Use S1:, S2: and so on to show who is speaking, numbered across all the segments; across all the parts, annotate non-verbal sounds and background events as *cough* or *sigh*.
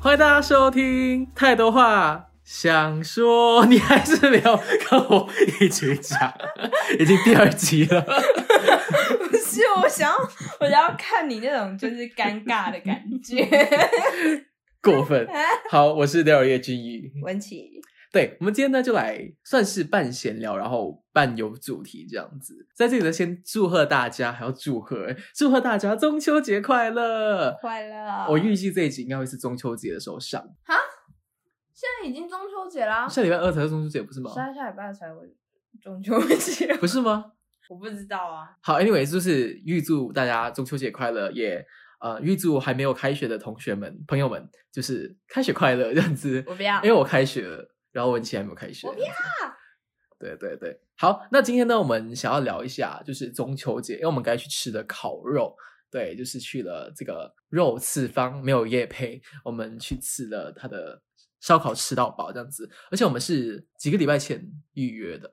S1: 欢迎大家收听，太多话想说，你还是没有跟我一起讲，已经第二集了。
S2: 不是，我想要，我想要看你那种就是尴尬的感觉。
S1: 过分。好，我是廖叶君怡。
S2: *laughs* 文琪，
S1: 对，我们今天呢就来算是半闲聊，然后半有主题这样子。在这里呢，先祝贺大家，还要祝贺哎祝贺大家中秋节快乐！
S2: 快乐！
S1: 我预计这一集应该会是中秋节的时候上，
S2: 现在已经中秋节啦，
S1: 下礼拜二才是中秋节，不是吗？
S2: 下下礼拜才会中秋节，
S1: 不是吗？
S2: 我不知道啊。
S1: 好，anyway，就是预祝大家中秋节快乐，也呃预祝还没有开学的同学们、朋友们，就是开学快乐这样子。
S2: 我不要
S1: 因为我开学了，然后文琪还没有开学。
S2: 我不要。
S1: 对对对，好，那今天呢，我们想要聊一下，就是中秋节，因为我们该去吃的烤肉，对，就是去了这个肉次方，没有夜配，我们去吃了它的烧烤吃到饱这样子，而且我们是几个礼拜前预约的，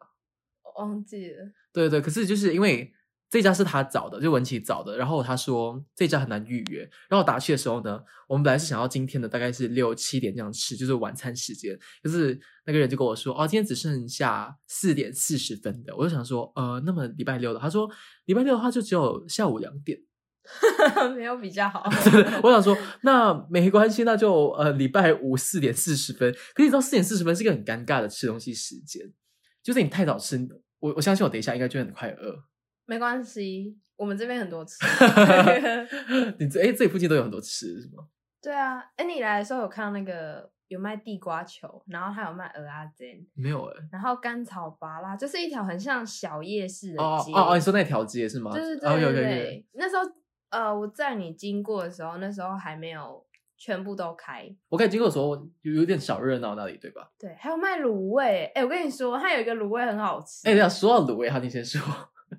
S2: 我忘记了，
S1: 对对，可是就是因为这家是他找的，就文琪找的，然后他说这家很难预约，然后我打去的时候呢，我们本来是想要今天的大概是六七点这样吃，就是晚餐时间，可是那个人就跟我说，哦，今天只剩下四点四十分的，我就想说，呃，那么礼拜六的，他说礼拜六的话就只有下午两点，*laughs*
S2: *laughs* 没有比较好。
S1: 我想说，那没关系，那就呃礼拜五四点四十分。可是你知道四点四十分是一个很尴尬的吃东西时间，就是你太早吃，我我相信我等一下应该就会很快饿。
S2: *laughs* 没关系，我们这边很多 *laughs* 吃。
S1: *laughs* 你这哎、这里附近都有很多吃是吗？
S2: 对啊，哎、你来的时候有看到那个有卖地瓜球，然后还有卖鹅阿煎，
S1: 没有哎、
S2: 然后甘草拔拉，就是一条很像小夜市的街。
S1: 哦哦哦，你说那条街是吗？
S2: 对对对
S1: 哦
S2: 对
S1: 有有
S2: 对，
S1: 有有。
S2: 那时候呃，我在你经过的时候，那时候还没有全部都开。
S1: 我看你经过的时候有有点小热闹那里对吧？
S2: 对，还有卖卤味，哎、我跟你说，它有一个卤味很好吃。
S1: 哎、等一下说到卤味，哈，你先说。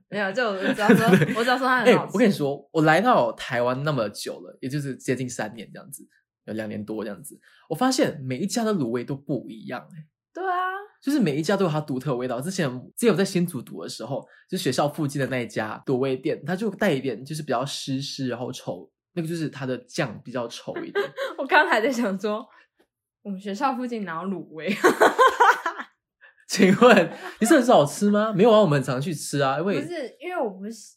S2: 没有，就我只要说
S1: *laughs* 对对，
S2: 我只要说它
S1: 哎、
S2: 很好吃。
S1: 我跟你说，我来到台湾那么久了，也就是接近三年这样子，有两年多这样子，我发现每一家的卤味都不一样、哎。
S2: 对啊，
S1: 就是每一家都有它独特的味道。之前之前我在新竹读的时候，就学校附近的那一家卤味店，它就带一点就是比较湿湿，然后稠，那个就是它的酱比较稠一点。 *laughs*
S2: 我刚才在想说，我们学校附近哪有卤味？啊
S1: 请问你是很少吃吗？没有啊，我们很常去吃啊，因
S2: *laughs* 不
S1: 为
S2: 是，因为我不是，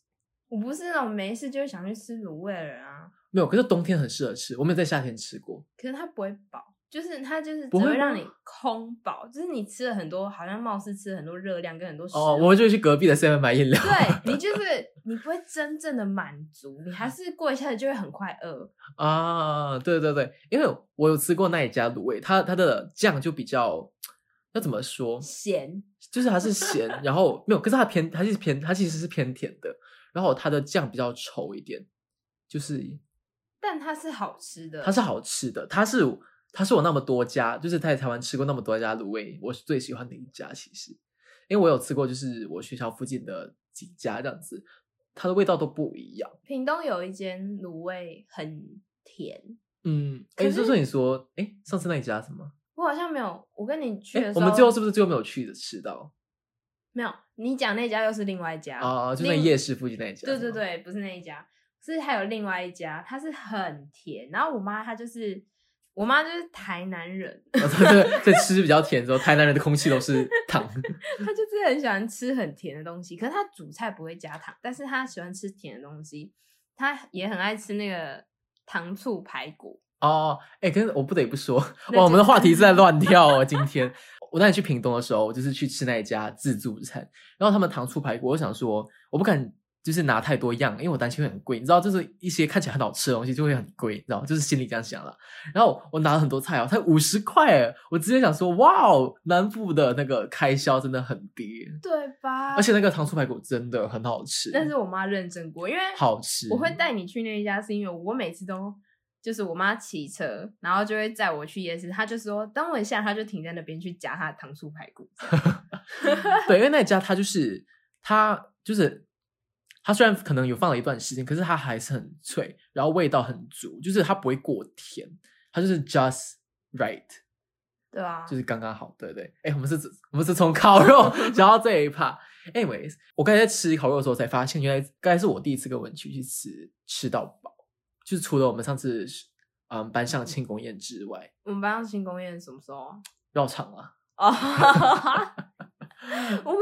S2: 我不是那种没事就会想去吃卤味的人啊。
S1: 没有，可是冬天很适合吃，我没有在夏天吃过。
S2: 可是它不会饱，就是它就是只
S1: 不会
S2: 会让
S1: 吗
S2: 你空饱，就是你吃了很多，好像貌似吃了很多热量跟很多食
S1: 哦，
S2: 物
S1: 我们就会去隔壁的 seven 买饮料。
S2: *laughs* 对你就是你不会真正的满足，你还是过一下子就会很快饿。
S1: *laughs* 啊，对对对，因为我有吃过那一家卤味，它它的酱就比较要怎么说，
S2: 咸，
S1: 就是它是咸，然后没有，可是它偏，它是偏，它其实是偏甜的，然后它的酱比较稠一点，就是
S2: 但它是好吃的，
S1: 它是好吃的，它是它是我那么多家，就是在台湾吃过那么多家卤味，我是最喜欢的一家，其实，因为我有吃过，就是我学校附近的几家这样子，它的味道都不一样。
S2: 屏东有一间卤味很甜，
S1: 嗯，哎，
S2: 可是
S1: 说说你说，哎，上次那一家什么？
S2: 我好像没有，我跟你去
S1: 哎
S2: 的，时
S1: 我
S2: 候，
S1: 们最后是不是最后没有去的吃到？
S2: 没有，你讲那家又是另外一家
S1: 啊、就那
S2: 另
S1: 夜市附近那一家。
S2: 对对，对，不是那一家，是还有另外一家，它是很甜。然后我妈她就是，我妈就是台南人，
S1: 哦对对，在吃比较甜的时候，台南人的空气都是 *laughs* 糖。
S2: 她就是很喜欢吃很甜的东西。可是她煮菜不会加糖，但是她喜欢吃甜的东西，她也很爱吃那个糖醋排骨。
S1: 哦，哎、可是我不得不说，
S2: 那
S1: 哇，我们的
S2: 就是
S1: 话题是在
S2: *laughs*
S1: 乱跳哦。今天我带你去屏东的时候，我就是去吃那一家自助餐，然后他们糖醋排骨，我想说我不敢就是拿太多样，因为我担心会很贵。你知道，就是一些看起来很好吃的东西就会很贵，你知道，就是心里这样想了。然后我拿了很多菜哦，才五十块耶，我直接想说，哇哦，南部的那个开销真的很低，
S2: 对吧？
S1: 而且那个糖醋排骨真的很好吃，
S2: 但是我妈认证过，因为
S1: 好吃。
S2: 我会带你去那一家，是因为我每次都就是我妈骑车，然后就会载我去夜市，她就说等我一下，她就停在那边去夹她的糖醋排骨。
S1: 对，因为那一家它就是它就是它虽然可能有放了一段时间，可是它还是很脆，然后味道很足，就是它不会过甜，它就是 just right，
S2: 对啊，
S1: *laughs* 就是刚刚好。对对，哎，我们是我们是从烤肉讲到这一趴。Anyways，我刚才在吃烤肉的时候才发现，原来刚才是我第一次跟文琪去吃吃到饱，就是除了我们上次。嗯班上庆功宴之外，
S2: 我们班上庆功宴什么时候啊？
S1: 绕场啊，
S2: 哦，
S1: *laughs*
S2: 我们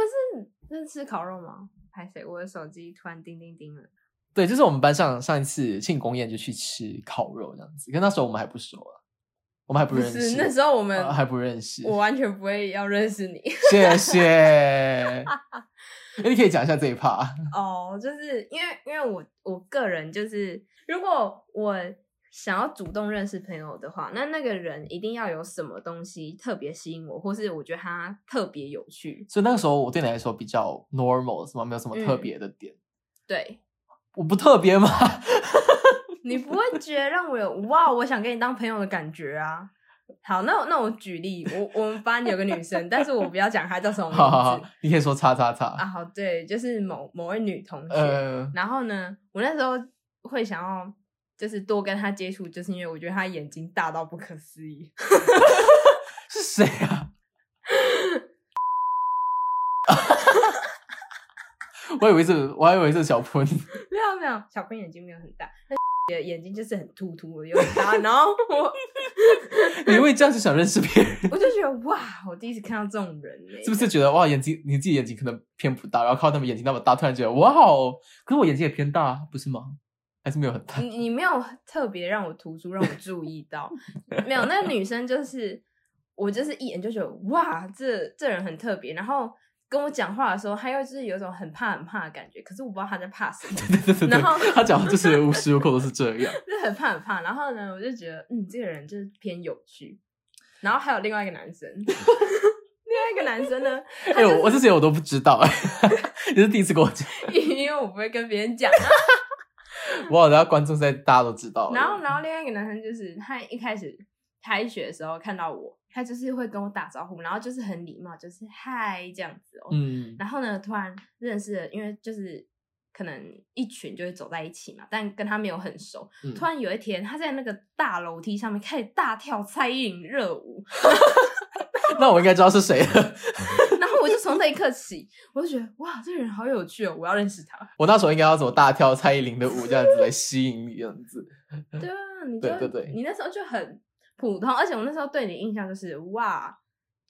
S2: 是是吃烤肉吗？拍谁？我的手机突然叮叮叮了。
S1: 对，就是我们班上上一次庆功宴就去吃烤肉这样子，可那时候我们还不熟啊，我们还不认识，
S2: 是那时候我们、
S1: 啊还不认识，
S2: 我完全不会要认
S1: *laughs*
S2: 识你
S1: 谢
S2: *laughs*
S1: 谢。哎你可以讲一下这一趴，
S2: 哦就是因为因为我我个人就是，如果我想要主动认识朋友的话，那那个人一定要有什么东西特别吸引我，或是我觉得他特别有趣。
S1: 所以那个时候我对你来说比较 normal，什么没有什么特
S2: 嗯
S1: 别的点，
S2: 对 *laughs*
S1: 我不特别吗？ *laughs*
S2: 你不会觉得让我有哇，我想跟你当朋友的感觉啊。好，那我那我举例，我我们班有个女生，但是我不要讲她叫什么名字
S1: 好好好，你可以说叉叉叉
S2: 啊。，好，对，就是某某位女同学，
S1: 呃，
S2: 然后呢，我那时候会想要就是多跟他接触，就是因为我觉得他眼睛大到不可思议。 *laughs*
S1: 是谁啊？ *laughs* 我以为是，我还以为是小喷。
S2: 没有没有，小朋友眼睛没有很大， *laughs* 但是眼睛就是很突突的，有点大。然后我
S1: *laughs* 你因为这样就想认识别人，
S2: 我就觉得哇，我第一次看到这种人呢、
S1: 是不是觉得哇，眼睛你自己眼睛可能偏不大，然后看到他们眼睛那么大，突然觉得哇哦，可是我眼睛也偏大，不是吗？还是没有很大？*laughs*
S2: *laughs* 你你没有特别让我突出，让我注意到，没有。那个女生就是我，就是一眼就觉得哇，这这人很特别。然后跟我讲话的时候，她又就是有一种很怕很怕的感觉，可是我不知道她在怕什么。
S1: 对对对对，
S2: 然后
S1: 他讲话就是无时无刻都是这样。
S2: 就是很怕很怕。然后呢，我就觉得，嗯，这个人就是偏有趣。然后还有另外一个
S1: *laughs*
S2: 男生，另外一个男生呢，
S1: 哎、我我这些我都不知道、 *laughs* 你是第一次跟我讲，
S2: 因为我不会跟别人讲啊。
S1: 哇，然后观众现在大家都知道了。
S2: 然后，然后另外一个男生就是他一开始开学的时候看到我，他就是会跟我打招呼，然后就是很礼貌，就是嗨这样子哦。
S1: 嗯，
S2: 然后呢，突然认识了，因为就是可能一群就会走在一起嘛，但跟他没有很熟。
S1: 嗯
S2: 突然有一天，他在那个大楼梯上面开始大跳蔡依林热舞，
S1: 那我应该知道是谁了。 *laughs*
S2: 然后我就从那一刻起，我就觉得哇，这个人好有趣哦，我要认识他。
S1: 我那时候应该要怎么大跳蔡依林的舞这样子来吸引你这样子？
S2: 对啊，你就
S1: 嗯对对对
S2: 你那时候就很普通，而且我那时候对你印象就是哇，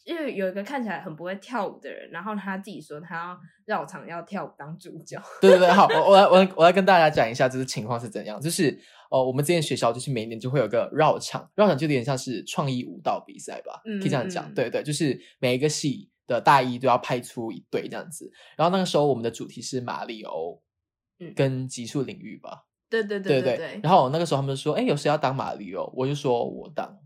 S2: 因为有一个看起来很不会跳舞的人，然后他自己说他要绕场要跳舞当主角， *laughs*
S1: 对对对，好，我我来我来我来跟大家讲一下，就是情况是怎样。就是呃，我们之前学校就是每年就会有个绕场，绕场就有点像是创意舞蹈比赛吧，可以这样讲。
S2: 嗯
S1: 对对，就是每一个系的大一都要派出一队这样子。然后那个时候我们的主题是马里欧
S2: 嗯，
S1: 跟极速领域吧。
S2: 对对
S1: 对
S2: 对
S1: 对。然后那个时候他们就说：“哎，有谁要当马里奥？”我就说：“我当。”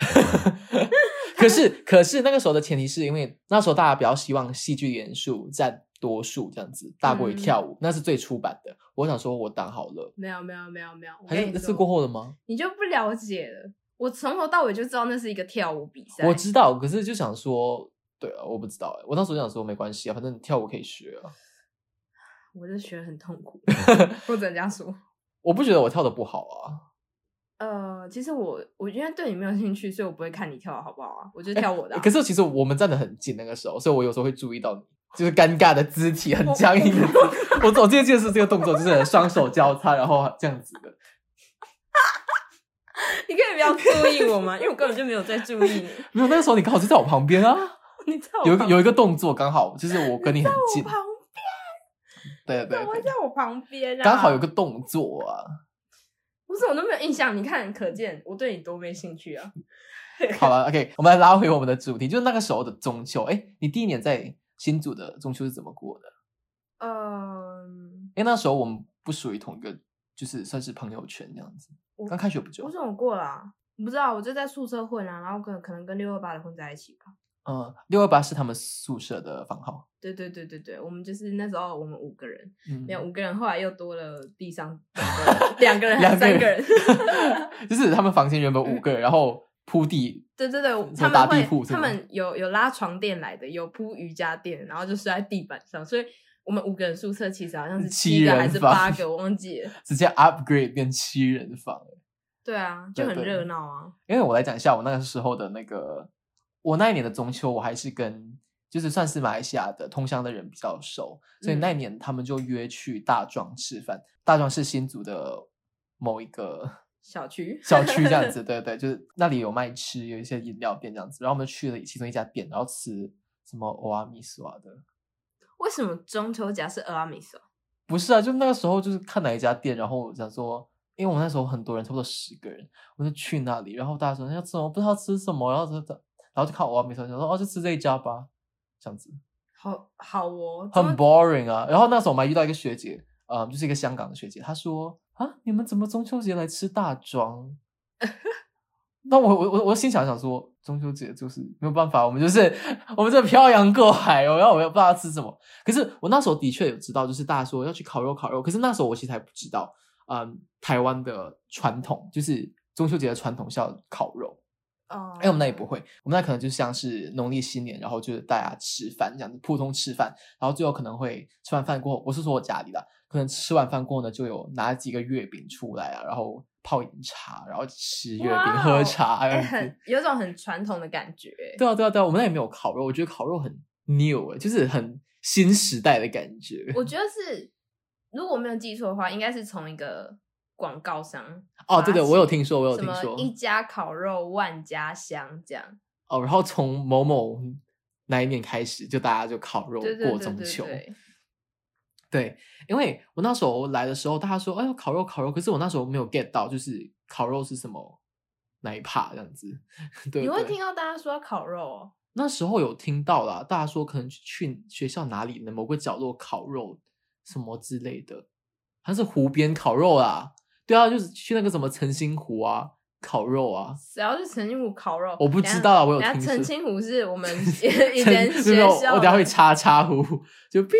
S1: *laughs* 可
S2: *laughs*
S1: 是，可是那个时候的前提是因为那时候大家比较希望戏剧元素占多数，这样子大过于
S2: 嗯
S1: 跳舞，那是最初版的。我想说，我当好了，
S2: 没有没有没有没有，我
S1: 还
S2: 跟
S1: 是
S2: 你
S1: 那是过
S2: 说，
S1: 后的吗？
S2: 你就不了解了。我从头到尾就知道那是一个跳舞比赛，
S1: 我知道，可是就想说，对啊，我不知道哎、我那时候想说没关系啊，反正跳舞可以学啊。
S2: 我就学得很
S1: *laughs*
S2: 痛苦，或者这样说。
S1: 我不觉得我跳的不好啊，
S2: *laughs* 呃，其实我我因为对你没有兴趣，所以我不会看你跳的好不好啊，我就
S1: 哎
S2: 跳我的啊、
S1: 可是其实我们站得很近那个时候，所以我有时候会注意到你，就是尴尬的肢体，很
S2: *laughs* 我
S1: 僵硬的肢体。我我记得记得是这个动作，就是双手交叉，然后这样子的。
S2: 你可以不要注意我吗？因为我根本就没有在注意你。
S1: 没有，那个时候你刚好就在我旁边啊，
S2: *laughs* 你在我
S1: 有一个
S2: 旁
S1: 有一个动作刚好就是我跟你很
S2: 我
S1: 近，
S2: 旁
S1: 对对
S2: 边，怎么会
S1: 对，
S2: 在我旁边啊？
S1: 刚好有个动作啊。
S2: 我怎么都没有印象？你看，可见我对你多没兴趣啊！
S1: 好了，OK，我们来拉回我们的主题，就是那个时候的中秋。哎，你第一年在新组的中秋是怎么过的？
S2: 嗯，
S1: 因为那时候我们不属于同一个，就是算是朋友圈这样子。
S2: 我
S1: 刚开学不久
S2: 我，怎么过了啊、我不知道，我就在宿舍混啊，然后跟可能跟六二八的混在一起吧。
S1: 嗯，六二八是他们宿舍的房号。
S2: 对对对对对，我们就是那时候我们五个人，
S1: 嗯，
S2: 没有五个人，后来又多了地上
S1: *laughs*
S2: 两 *laughs* 个人，还
S1: 两
S2: 是
S1: 个
S2: 三个
S1: 人
S2: 人。
S1: *laughs*
S2: 嗯
S1: 就是他们房间原本五个人，然后铺地，
S2: 对对对
S1: 什么，
S2: 他
S1: 打
S2: 们
S1: 地铺
S2: 会，
S1: 是
S2: 他
S1: 吗
S2: 们有有拉床垫来的，有铺瑜伽垫，然后就睡在地板上，所以我们五个人宿舍其实好像是
S1: 七
S2: 七个
S1: 人
S2: 还是
S1: 房
S2: 八个，我忘记了。
S1: 直接 upgrade 变七人房。
S2: 对啊，
S1: 对
S2: 就很
S1: 对
S2: 热闹啊。
S1: 因为我来讲一下我那个时候的那个，我那一年的中秋，我还是跟就是算是马来西亚的同乡的人比较熟，所以
S2: 嗯
S1: 那一
S2: *laughs*
S1: 年他们就约去大庄吃饭。大庄是新竹的某一个
S2: 小区，
S1: 小区这样子，对对，就是那里有卖吃，有一些饮料店这样子。然后我们去了其中一家店，然后吃什么欧阿米索啊的，
S2: *laughs* 为什么中秋节是俄哦阿米索？
S1: 不是啊，就那个时候就是看哪一家店，然后我想说，因为我们那时候很多人，差不多十个人，我就去那里，然后大家说要吃什么，不知道吃什么，然后就然后就看欧阿米索，想说哦就吃这一家吧，这样子
S2: 好好哦，
S1: 很
S2: 怎么
S1: boring 啊。然后那时候我们还遇到一个学姐，呃，就是一个香港的学姐，她说啊你们怎么中秋节来吃大庄？
S2: *laughs*
S1: 那我我我我心想想说，中秋节就是没有办法，我们就是我们这漂洋过海哦，然后我也不知道要吃什么。可是我那时候的确有知道，就是大家说要去烤肉烤肉，可是那时候我其实还不知道，嗯，台湾的传统就是中秋节的传统是要烤肉，
S2: 哦
S1: 因哎为我们那里不会，我们那可能就像是农历新年，然后就是大家吃饭这样子，普通吃饭，然后最后可能会吃完饭过后，我是说我家里的，可能吃完饭过后呢，就有拿几个月饼出来啊，然后泡饮茶，然后吃月饼、
S2: 哇哦
S1: 喝茶啊这
S2: 哎
S1: 样子。
S2: 很有种很传统的感觉。欸
S1: 对啊，对啊，对啊，我们那里没有烤肉，我觉得烤肉很 new，欸就是很新时代的感觉
S2: 我觉得是，如果没有记错的话，应该是从一个广告商
S1: 哦。对对，
S2: 发
S1: 我有
S2: 起
S1: 听说，我有
S2: 什
S1: 听
S2: 么
S1: 说
S2: 一家烤肉万家香这样，
S1: 哦。然后从某某那一年开始，就大家就烤肉
S2: 对对
S1: 过
S2: 对
S1: 中
S2: 对
S1: 秋。
S2: 对，
S1: 对，因为我那时候来的时候，大家说哎呦烤肉烤肉，可是我那时候没有 get 到，就是烤肉是什么哪一 part 这样子。 *laughs* 对，
S2: 你会
S1: 对
S2: 听到大家说烤肉哦，
S1: 那时候有听到啦，大家说可能去学校哪里的某个角落烤肉什么之类的，还是湖边烤肉啦。对啊，就是去那个什么澄清湖啊，烤肉啊。
S2: 只要是澄清湖烤肉，
S1: 我不
S2: 等
S1: 知
S2: 下
S1: 道啊，我有
S2: 等下
S1: 听说。*laughs*
S2: 澄清湖是我们以前
S1: 澄
S2: 学
S1: 没有
S2: 校
S1: 我
S2: 的，
S1: 等下会插插湖，就哔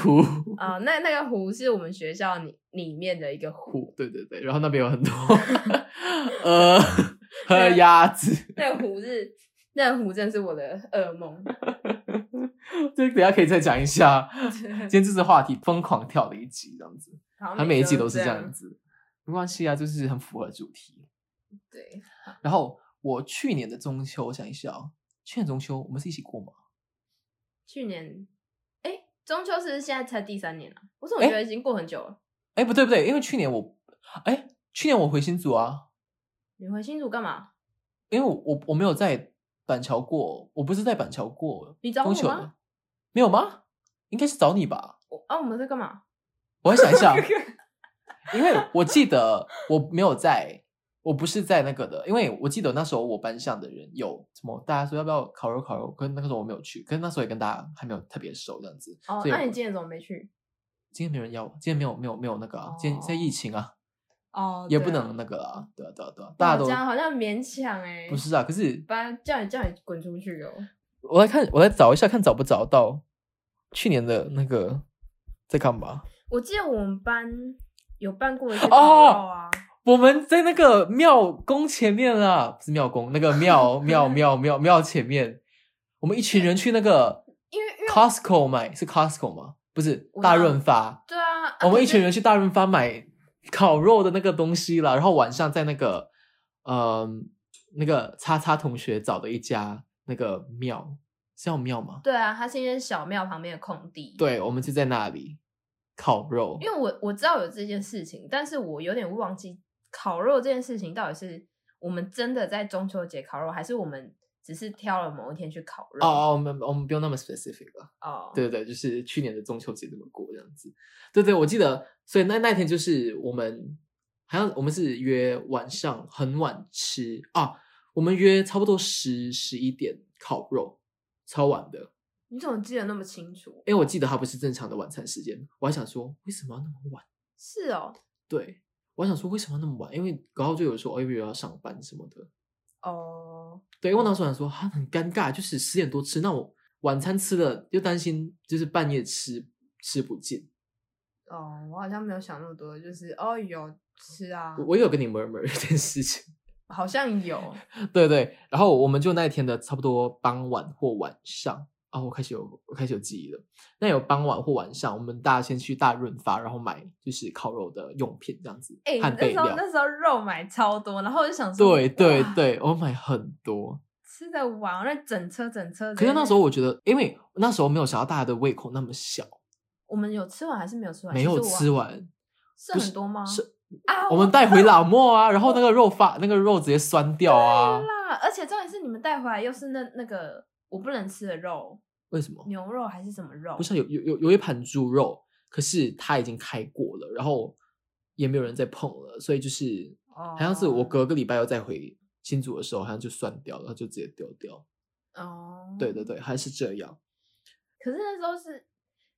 S1: 湖
S2: 啊、那那个湖是我们学校里里面的一个湖，
S1: 湖，对对对。然后那边有很多呃和鸭子，
S2: 那个湖是那个湖真的是我的噩梦。 *laughs*
S1: 这等一下可以再讲一下。今天这是话题疯狂跳的一集，这样子。
S2: 好像
S1: 它每一季都
S2: 是
S1: 是这样
S2: 样，
S1: 子，没关系啊，就是很符合主题。
S2: 对，
S1: 然后我去年的中秋，我想一下哦，去年中秋我们是一起过吗？
S2: 去年，哎、中秋是现在才第三年了、我怎么
S1: 诶
S2: 觉得已经过很久了？
S1: 哎，不对不对，因为去年我，哎，去年我回新竹啊，
S2: 你回新竹干嘛？
S1: 因为我我我没有在板桥过，我不是在板桥过
S2: 你找
S1: 中
S2: 我
S1: 秋的
S2: 吗，
S1: 没有吗？应该是找你吧？
S2: 我啊，我们在干嘛？
S1: 我还想一 *laughs* 下，因为我记得我没有在，我不是在那个的，因为我记得那时候我班上的人有什么，大家说要不要烤肉烤肉，可是那个时候我没有去，可是那时候也跟大家还没有特别熟这样子，
S2: 哦，
S1: 所以
S2: 那
S1: 我
S2: 你今天怎么没去？
S1: 今天没人要我，今天没有没有没有那个、啊，今天在疫情啊，
S2: 哦
S1: 也不能那个啊，对啊对啊对啊，大
S2: 这
S1: 家
S2: 样好像勉强哎、
S1: 都不是啊，可是
S2: 把叫你叫你滚出去哦！
S1: 我来看我来找一下看找不找到去年的那个在干嘛。
S2: 我记得我们班有办过一次
S1: 哦
S2: 烤肉啊，
S1: 我们在那个庙宫前面啦，不是庙宫，那个
S2: *laughs*
S1: 庙庙庙庙庙前面，我们一群人去那个
S2: 因为因为
S1: Costco 买，是 Costco 吗？不是
S2: 我
S1: 大润发，
S2: 对啊，啊
S1: 我们一群
S2: 可
S1: 人去大润发买烤肉的那个东西啦，然后晚上在那个嗯、那个叉叉同学找的一家那个庙，是叫庙吗
S2: 是？对啊，它是一间小庙旁边的空地。，
S1: 对，我们就在那里烤肉，
S2: 因为我我知道有这件事情，但是我有点忘记烤肉这件事情到底是我们真的在中秋节烤肉，还是我们只是挑了某一天去烤肉？
S1: 哦哦，我们我们不用那么 specific 了。
S2: 哦，
S1: 对对对，就是去年的中秋节怎么过这样子。对对，我记得，所以那那天就是我们好像我们是约晚上很晚吃啊，我们约差不多十十一点烤肉，超晚的。
S2: 你怎么记得那么清楚？
S1: 因为我记得它不是正常的晚餐时间，我还想说为什么要那么晚？
S2: 是哦，
S1: 对，我还想说为什么要那么晚？因为然后就有说哦，因为有要上班什么的。
S2: 哦，
S1: 对，因为我那时候想说啊，很尴尬，就是十点多吃，那我晚餐吃了又担心就是半夜吃吃不进。
S2: 哦，我好像没有想那么多，就是哦有是啊
S1: 我我有跟你 murmur 这件事情， *laughs*
S2: 好像有，
S1: 对对。然后我们就那一天的差不多傍晚或晚上啊、我开始有我开始有记忆了。那有傍晚或晚上，我们大家先去大润发，然后买就是烤肉的用品这样子，
S2: 哎、
S1: 和
S2: 那
S1: 备
S2: 时候
S1: 料。
S2: 那时候肉买超多，然后我就想说，
S1: 对对
S2: 哇，
S1: 对，我买很多。
S2: 吃的完，那整车整车。
S1: 可是那时候我觉得，因为那时候没有想到大家的胃口那么小，
S2: 我们有吃完还是没有吃完？
S1: 没
S2: 其实
S1: 有
S2: 我
S1: 吃完。
S2: 剩很多吗？
S1: 是
S2: 啊，
S1: 我们带回老莫啊，然后那个肉发那个肉直接酸掉啊，
S2: 啦，而且重点是你们带回来又是那那个我不能吃的肉，
S1: 为什么？
S2: 牛肉还是什么肉？
S1: 不是有有有有一盘猪肉，可是它已经开过了，然后也没有人再碰了，所以就是
S2: 哦，
S1: 好像是我隔个礼拜又再回新竹的时候，好像就酸掉了，然后就直接丢掉。
S2: 哦，
S1: 对对对，还是这样。
S2: 可是那时候是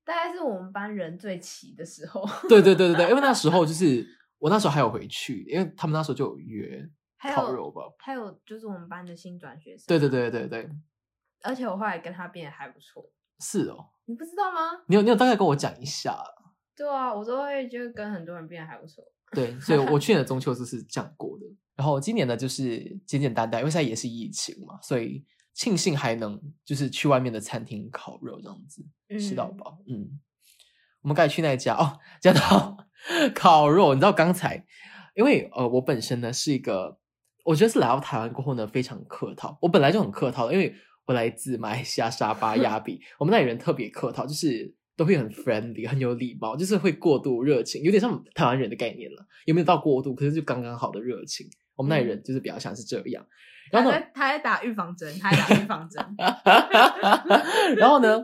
S2: 大概是我们班人最齐的时候， *laughs*
S1: 对对对对对，因为那时候就是我那时候还有回去，因为他们那时候就有约
S2: 还
S1: 烤肉
S2: 有
S1: 吧。
S2: 还有就是我们班的新转学生，
S1: 对对，对对对，
S2: 而且我后来跟他变得还不错，
S1: 是哦。
S2: 你不知道吗？
S1: 你有你有大概跟我讲一下，
S2: 对啊，我都会就跟很多人变得还不错。
S1: 对，所以我去年的中秋就是这样过的。然后今年呢，就是简简单单，因为现在也是疫情嘛，所以庆幸还能就是去外面的餐厅烤肉这样子吃到
S2: 嗯
S1: 饱。嗯我们刚才去那一家哦，讲到 *laughs* 烤肉，你知道刚才因为呃，我本身呢是一个，我觉得是来到台湾过后呢非常客套，我本来就很客套，因为我来自马来西亚沙巴亚比，我们那里人特别客套，就是。都会很 friendly，很有礼貌，就是会过度热情，有点像台湾人的概念了，有没有到过度？可是就刚刚好的热情。我们那里人就是比较像是这样，然
S2: 他
S1: 后呢
S2: 在，他在打预防针，他在打预防针。
S1: *laughs* 然后呢，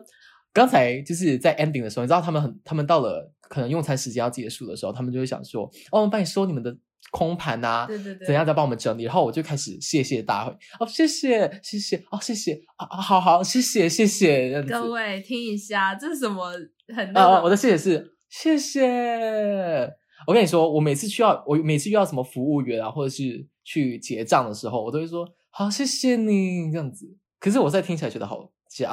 S1: 刚才就是在 ending 的时候，你知道他们很，他们到了可能用餐时间要结束的时候，他们就会想说，哦，我们帮你收你们的空盘啊，
S2: 对对对，
S1: 怎样再帮我们整理。然后我就开始谢谢大会，哦，谢谢，谢谢，哦，谢谢，啊啊，好好，谢谢，谢谢，这样子。
S2: 各位听一下，这是什么很
S1: 啊
S2: 那
S1: 啊，我
S2: 种
S1: 的谢谢是谢谢。我跟你说，我每次去到我每次遇到什么服务员啊，或者是去结账的时候，我都会说好谢谢你这样子。可是我在听起来觉得好假。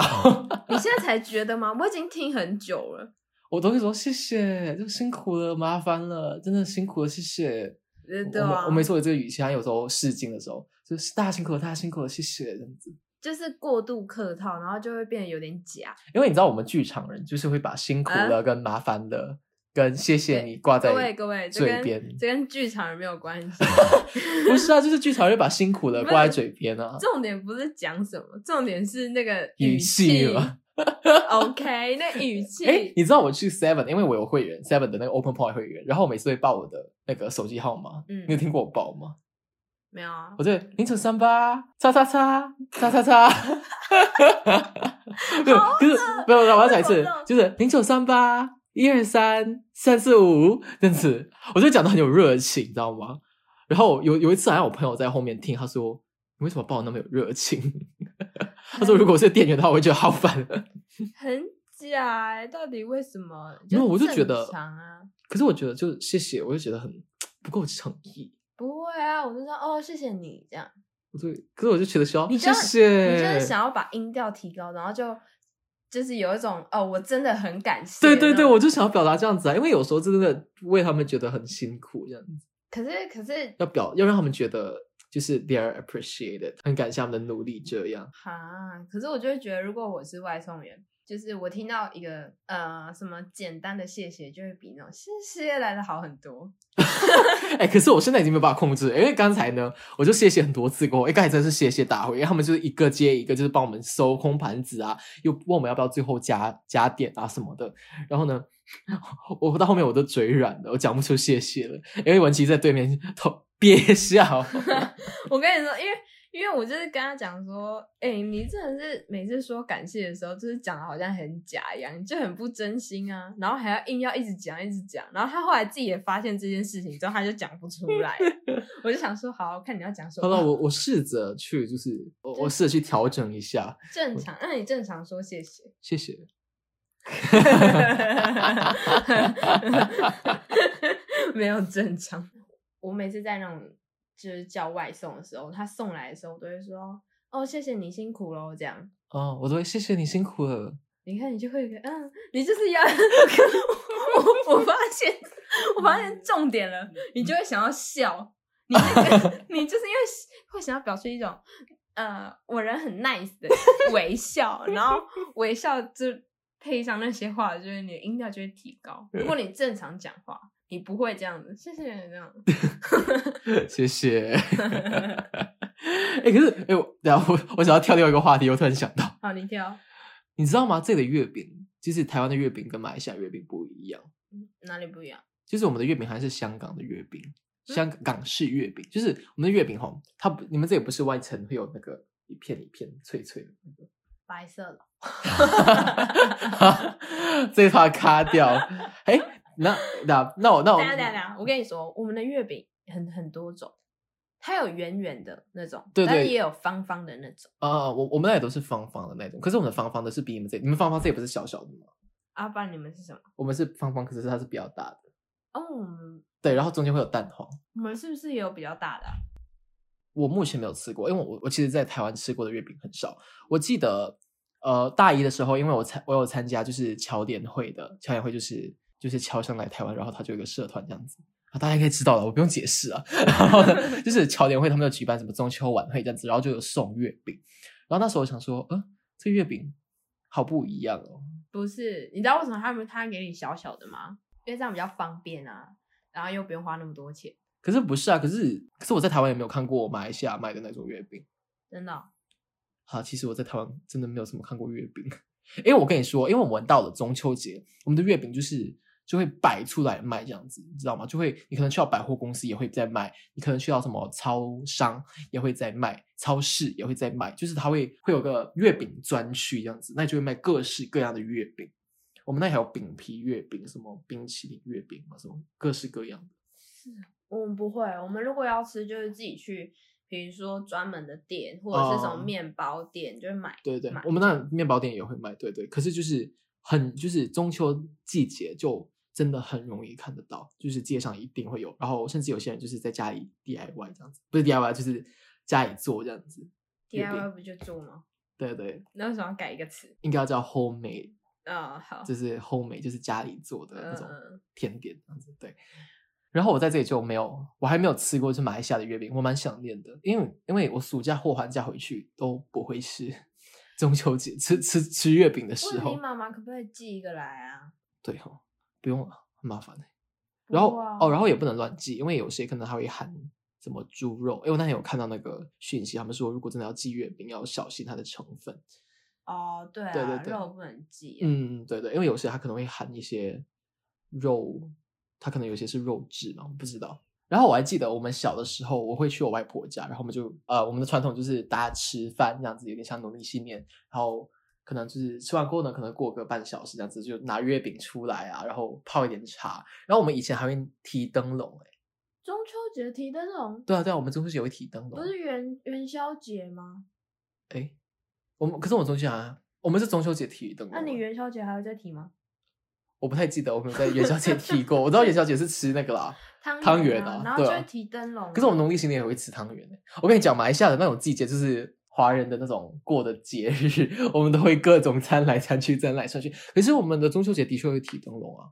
S2: 你现在才觉得吗？我已经听很久了。
S1: 我都会说谢谢，就辛苦了，麻烦了，真的辛苦了，谢谢。
S2: 呃
S1: 我
S2: 对啊，
S1: 我我每次我这个语气，他有时候试镜的时候，就是大家辛苦了，大家辛苦了，谢谢这样子。
S2: 就是过度客套，然后就会变得有点假。
S1: 因为你知道我们剧场人就是会把辛苦了、跟麻烦了、跟谢谢你挂在
S2: 啊各位各位，这
S1: 嘴
S2: 跟
S1: 边
S2: 这跟剧场人没有关
S1: *laughs*
S2: 系。
S1: 不是啊，就是剧场人把辛苦了
S2: 不是
S1: 挂在嘴边啊，
S2: 重点不是讲什么，重点是那个
S1: 语
S2: 气
S1: 气。嘛。
S2: OK，那
S1: *laughs*
S2: 语气。
S1: 哎，你知道我去 Seven，因为我有会员 Seven 的那个 Open Point 会员，然后我每次会报我的那个手机号码，
S2: 嗯
S1: 你有听过我报吗？
S2: 没有啊
S1: 我？这零九三八叉叉叉叉叉
S2: *laughs*
S1: 叉，没有，就是没有，没有我要讲一次
S2: 我懂，
S1: 就是零九三八一二三三四五这样子，我就讲的很有热情，你知道吗？然后有有一次，好像我朋友在后面听，他说：“你为什么报那么有热情？” *laughs* 他说：“如果我是店员的话，我会觉得好烦。
S2: 很假哎、到底为什么？” *laughs*
S1: 没有，我就
S2: 正
S1: 觉得
S2: 常啊，
S1: 可是我觉得就谢谢，我就觉得很不够诚意。
S2: 不会啊，我就说哦，谢谢你这样，
S1: 我就可是我就觉得需要
S2: 你
S1: 谢
S2: 就
S1: 谢，
S2: 你就是想要把音调提高，然后就就是有一种哦，我真的很感谢。
S1: 对对对，
S2: 那种
S1: 我就想要表达这样子啊，因为有时候真的为他们觉得很辛苦，这样子
S2: 可是可是
S1: 要表要让他们觉得就是 they are appreciated，很感谢他们的努力，这样
S2: 哈，可是我就会觉得，如果我是外送员，就是我听到一个呃什么简单的谢谢，就会比那种谢谢来的好很多。
S1: 哎、可是我现在已经没有办法控制了，因为刚才呢，我就谢谢很多次过后，哎、刚才真的是谢谢大会，因为他们就是一个接一个，就是帮我们收空盘子啊，又问我们要不要最后加加点啊什么的。然后呢， *laughs* 我我到后面我都嘴软了，我讲不出谢谢了，因为文琪在对面偷憋笑。
S2: *laughs* 我跟你说，因为因为我就是跟他讲说，哎、你真的是每次说感谢的时候，就是讲的好像很假一样，你就很不真心啊，然后还要硬要一直讲一直讲，然后他后来自己也发现这件事情之后，他就讲不出来了。我就想说，好，看你要讲什
S1: 好
S2: 么，
S1: 了，我我试着去，就是我我试着去调整一下，
S2: 正常，那你正常说谢谢。 *laughs*
S1: 谢谢。
S2: 没有正常。我每次在那种就是叫外送的时候，他送来的时候，我都会说：“哦，谢谢你辛苦喽。”这样，
S1: 哦，我都会谢谢你辛苦了。
S2: 你看你就会有一个嗯，你就是要 *laughs* 我我发现我发现重点了，你就会想要笑，你那个你就是因为会想要表示一种呃我人很 nice 的微笑，然后微笑就配上那些话，就是你的音调就会提高。如果你正常讲话，你不会这样子，谢谢这样。
S1: 谢谢。哎、可是哎、我等一下我我想要跳另外一个话题，我突然想到，
S2: 好，你挑
S1: 你知道吗？这里的月饼，就是台湾的月饼跟马来西亚月饼不一样。
S2: 嗯哪里不一样？
S1: 就是我们的月饼还是香港的月饼，香港式月饼，就是我们的月饼吼，它不，你们这也不是外层会有那个一片一片脆脆的那个
S2: 白色的，
S1: *laughs* 这把卡掉。哎、那那那我那我
S2: 等一下等一下等一下，我跟你说，我们的月饼很很多种，它有圆圆的那种，
S1: 对
S2: 但
S1: 对
S2: 也有方方的那种。
S1: 啊，我我们那也都是方方的那种，可是我们的方方的是比你们这，你们方方这也不是小小的吗？
S2: 阿、啊、不然你们是什么？
S1: 我们是方方，可是它是比较大的，
S2: 哦，我们
S1: 对，然后中间会有蛋黄。
S2: 我们是不是也有比较大的啊、
S1: 我目前没有吃过，因为我我其实，在台湾吃过的月饼很少。我记得，呃，大一的时候，因为我参我有参加就是侨联会的，侨联会就是就是侨生来台湾，然后他就有一个社团这样子啊，大家应该知道了，我不用解释啊。 *laughs* 然后呢，就是侨联会他们有举办什么中秋晚会这样子，然后就有送月饼。然后那时候我想说，嗯、这月饼好不一样哦。
S2: 不是，你知道为什么他们他给你小小的吗？因为这样比较方便啊，然后又不用花那么多钱，
S1: 可是不是啊？可是可是我在台湾也没有看过马来西亚卖的那种月饼。
S2: 真的哦、
S1: 好，其实我在台湾真的没有怎么看过月饼，因为我跟你说，因为我们到了中秋节，我们的月饼就是就会摆出来卖这样子，你知道吗？就会你可能去到百货公司也会在卖，你可能去到什么超商也会在卖，超市也会在卖，就是它会会有个月饼专区这样子，那就会卖各式各样的月饼。我们那还有饼皮月饼，什么冰淇淋月饼啊嘛，什么各式各样的。
S2: 我们不会，我们如果要吃，就是自己去，比如说专门的店，或者是什么
S1: 哦
S2: 面包店，就买。
S1: 对对
S2: 买，
S1: 我们那面包店也会卖，对对。可是就是很就是中秋季节就真的很容易看得到，就是街上一定会有，然后甚至有些人就是在家里 DIY 这样子，不是 DIY 就是家里做这样子。月饼
S2: DIY 不就做吗？
S1: 对对，
S2: 那为什么要改一个词？
S1: 应该要叫 homemade，
S2: 啊、好，
S1: 就是 homemade，就是家里做的那种
S2: 嗯嗯
S1: 甜点这样子。对。然后我在这里就没有，我还没有吃过就是马来西亚的月饼，我蛮想念的，因为因为我暑假或寒假回去都不会是 *laughs* 中秋节吃吃吃月饼的时
S2: 问
S1: 候
S2: 你。妈妈可不可以寄一个来啊？
S1: 对哦，不用了，很麻烦欸然后、
S2: 不啊
S1: 哦，然后也不能乱寄，因为有些可能它会含什么猪肉。因为我那天有看到那个讯息，他们说如果真的要寄月饼，要小心它的成分。
S2: 哦，对啊，
S1: 对对对
S2: 肉不能寄、嗯，
S1: 嗯，对对，因为有些它可能会含一些肉，它可能有些是肉质嘛，我不知道。然后我还记得我们小的时候，我会去我外婆家，然后我们就呃，我们的传统就是大家吃饭这样子，有点像农历新年，然后可能就是吃完过后呢，可能过个半小时这样子，就拿月饼出来啊，然后泡一点茶。然后我们以前还会提灯笼、欸，
S2: 中秋节提灯笼
S1: 对啊对啊，我们中秋节会提灯笼
S2: 不，是元元宵节吗？
S1: 哎，我们可是我们中秋好像我们是中秋节提灯笼
S2: 那
S1: 啊，
S2: 你元宵节还会再提吗？
S1: 我不太记得我们在元宵节提过，我知道元宵节是吃那个啦。
S2: 汤
S1: 汤
S2: 圆
S1: 圆
S2: 啊
S1: 啊，
S2: 然后
S1: 对
S2: 就
S1: 啊
S2: 会提灯笼啊。
S1: 可是我们农历新年也会吃汤圆欸我跟你讲，马来西亚的那种季节就是华人的那种过的节日， *laughs* 我们都会各种餐来餐去，餐来餐去。可是我们的中秋节的确会提灯笼啊，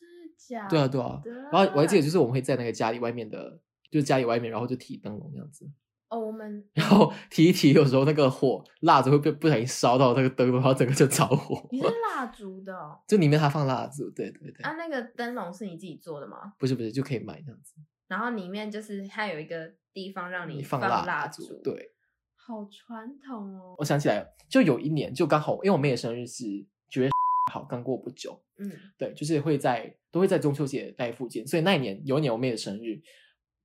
S2: 真的假的？
S1: 对啊，对啊。然后我还记得，就是我们会在那个家里外面的，就是家里外面，然后就提灯笼这样子，
S2: 哦，我们
S1: 然后提一提，有时候那个火蜡烛会被不小心烧到那个灯笼，然后整个就着火。 *laughs*
S2: 你是蜡烛的哦、
S1: 就里面它放蜡烛，对对对，
S2: 啊，那个灯笼是你自己做的吗？
S1: 不是不是就可以买这样子，
S2: 然后里面就是它有一个地方让
S1: 你
S2: 放
S1: 蜡
S2: 烛，，
S1: 对。
S2: 好传统哦。
S1: 我想起来了，就有一年就刚好，因为我妹的生日是九月好，刚过不久，
S2: 嗯，
S1: 对，就是会在都会在中秋节那附近，所以那一年有一年我妹的生日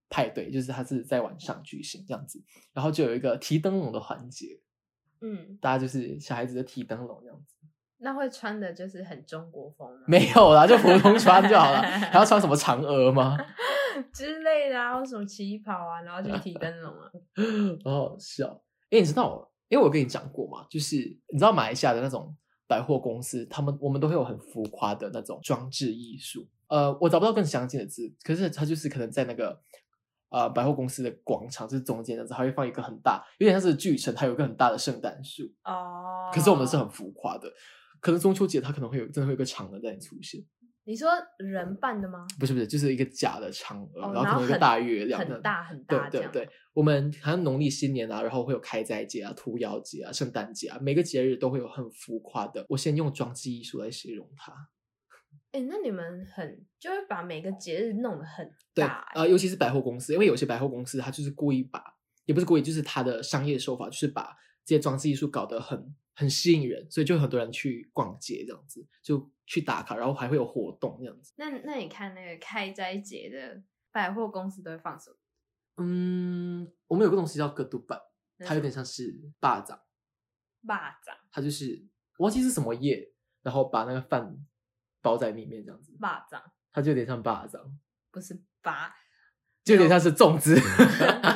S1: 派对，就是她是在晚上举行这样子，然后就有一个提灯笼的环节，
S2: 嗯，
S1: 大家就是小孩子的提灯笼这样子，
S2: 那会穿的就是很中国风吗？
S1: 没有啦，就普通穿就好了，还要穿什么嫦娥吗？
S2: 之类的啊，或什么旗袍啊，然后就提灯笼
S1: *laughs*
S2: 啊。
S1: 好好笑。哎、你知道我，因为我跟你讲过嘛，就是你知道马来西亚的那种百货公司，他们我们都会有很浮夸的那种装置艺术。呃，我找不到更详尽的字，可是它就是可能在那个呃百货公司的广场，就是中间这样子，它会放一个很大，有点像是巨城，它有一个很大的圣诞树。
S2: 哦，
S1: 可是我们是很浮夸的，可能中秋节它可能会有真的会有一个嫦娥在那里出现，
S2: 你说人扮的吗？
S1: 不是不是，就是一个假的嫦娥，
S2: 哦
S1: 然后可
S2: 然
S1: 能
S2: 后
S1: 有一个
S2: 很
S1: 大月亮，
S2: 很大很
S1: 对
S2: 大这
S1: 对
S2: 样。
S1: 对，我们好像农历新年啊，然后会有开斋节啊、屠妖节啊、圣诞节啊，每个节日都会有很浮夸的。我先用装置艺术来形容它。
S2: 哎、那你们很就会把每个节日弄得很
S1: 对，
S2: 大、欸
S1: 呃，尤其是百货公司，因为有些百货公司它就是故意把，也不是故意，就是它的商业手法就是把这些装置艺术搞得很很吸引人，所以就很多人去逛街这样子，就去打卡，然后还会有活动这样子。
S2: 那那你看那个开斋节的百货公司都会放手机，
S1: 嗯，我们有个东西叫格杜板，
S2: 那
S1: 它有
S2: 是
S1: 点像是巴掌，
S2: 蚂蚱，
S1: 它就是我忘记是什么叶，然后把那个饭包在里面这样子，
S2: 蚂蚱
S1: 它就有点像巴掌，
S2: 不是
S1: *laughs*
S2: 拔，
S1: 就有点像是粽子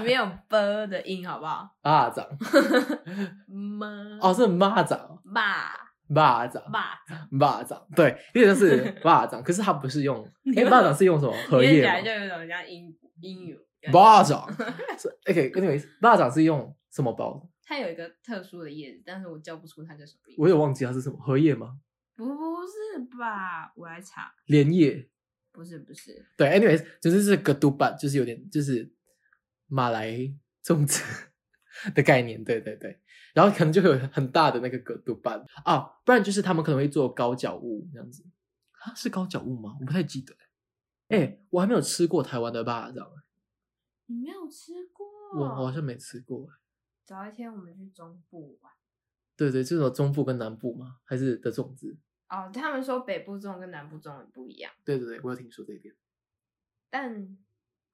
S2: 没有嗯 b 的音，好不好？
S1: *laughs* 巴掌。
S2: 么
S1: *laughs* 哦，是蚂蚱，
S2: 蚂
S1: 蚂蚱，
S2: 蚂蚱，
S1: 蚂蚱，对，有点像
S2: *laughs*
S1: 是蚂蚱，可是它不是用，哎，蚂蚱是用什么荷
S2: 念起
S1: 叶
S2: 来就
S1: 吗？
S2: 有种像英英语。
S1: 蚂蚱
S2: *laughs*
S1: 是，OK，anyways，蚂蚱是用什么包的？
S2: 它有一个特殊的叶子，但是我叫不出它叫什么名字。
S1: 我也忘记它是什么荷叶吗？
S2: 不是吧？我来查，
S1: 莲叶，
S2: 不是不是，
S1: 对，anyways，就是这个杜巴，就是有点就是马来粽子 *laughs* 的概念，对对对，然后可能就会有很大的那个格杜巴啊，不然就是他们可能会做高脚屋这样子，啊，是高脚屋吗？我不太记得，哎，我还没有吃过台湾的蚂蚱。
S2: 你没有吃过？
S1: 我我好像没吃过。
S2: 早一天我们去中部玩。
S1: 对对，就是有中部跟南部吗？还是的粽子？
S2: 哦，他们说北部粽跟南部粽很不一样，
S1: 对对对，我有听说这一点。
S2: 但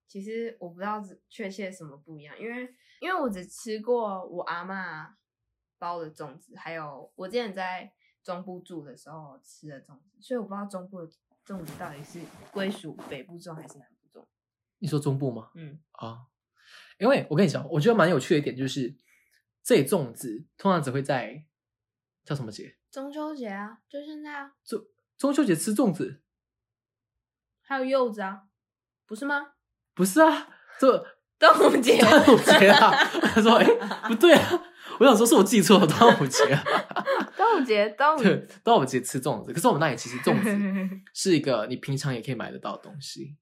S2: 其实我不知道是确切什么不一样，因为因为我只吃过我阿嬷包的粽子，还有我之前在中部住的时候吃的粽子，所以我不知道中部的粽子到底是归属北部粽还是南部粽。
S1: 你说中部吗？
S2: 嗯，
S1: 啊，因为我跟你讲，我觉得蛮有趣的一点就是，这粽子通常只会在叫什么节？
S2: 中秋节啊，就现在啊，
S1: 中秋节吃粽子？
S2: 还有柚子啊，不是吗？ *laughs*
S1: 不是啊，这
S2: 端午
S1: *laughs*
S2: 节，
S1: 端午节啊！
S2: *laughs*
S1: 他说：“哎、不对啊！”我想说是我记错了，端午节、啊。
S2: 端午节， *laughs* 端午
S1: 对，端午节吃粽子，可是我们那里其实粽子是一个你平常也可以买得到的东西，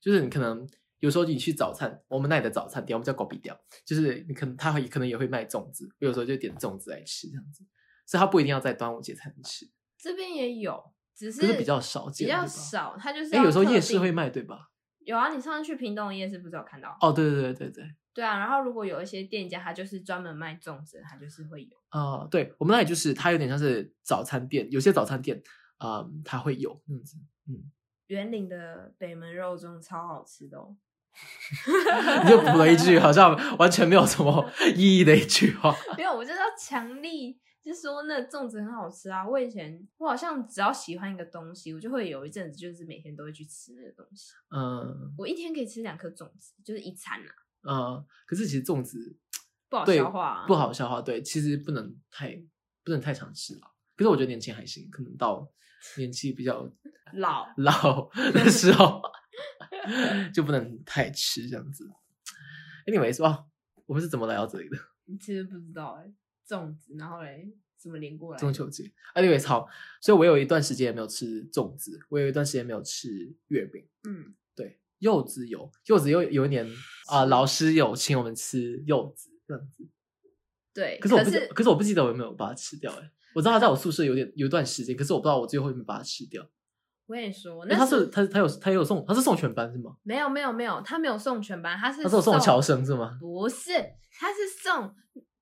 S1: 就是你可能有时候你去早餐，我们那里的早餐店，我们叫狗比店，就是你可能他会可能也会卖粽子，有时候就点粽子来吃这样子，所以它不一定要在端午节才能吃，
S2: 这边也有，只
S1: 可是比较少
S2: 比
S1: 见，
S2: 较
S1: 对吧。
S2: 少，它就是
S1: 哎、
S2: 要
S1: 有时候
S2: 特
S1: 夜市
S2: 定
S1: 会卖，对吧？
S2: 有啊，你上次去屏东的夜市不是有看到？
S1: 哦，对对对对对，
S2: 对啊，然后如果有一些店家，他就是专门卖粽子，他就是会有。
S1: 啊、对我们那里就是它有点像是早餐店，有些早餐店，嗯，它会有这样子。 *laughs*
S2: 园林的北门肉粽超好吃的哦， *laughs*
S1: 你就补了一句，好像完全没有什么意义的一句话。
S2: 没有，我就是要强力，就说那粽子很好吃啊。我以前我好像只要喜欢一个东西，我就会有一阵子就是每天都会去吃那个东西。
S1: 嗯
S2: 我一天可以吃两颗粽子，就是一餐啊，
S1: 呃，可是其实粽子
S2: 不好
S1: 对
S2: 消化、啊，
S1: 不好消化，对，其实不能太不能太常吃了。可是我觉得年轻还行，可能到年纪比较
S2: 老。 *laughs*
S1: 老的时候 *laughs* 就不能太吃这样子。Anyways，哇，我们是怎么来到这里的？
S2: 你其实不知道哎、粽子，然后嘞怎么连过来的？
S1: 中秋节。Anyways，好，所以我有一段时间也没有吃粽子，我有一段时间没有吃月饼。
S2: 嗯，
S1: 对，柚子有，柚子有有一年啊、老师有请我们吃柚子这样子。
S2: 对。
S1: 可是我不记，可是我不记得我有没有把它吃掉、欸。我知道它在我宿舍有点有一段时间，可是我不知道我最后有没有把它吃掉。
S2: 我跟你说，
S1: 那
S2: 那
S1: 他是他他有他有送他是送全班是吗？
S2: 没有没有没有，他没有送全班，他是
S1: 他是有送乔生是吗？
S2: 不是，他是送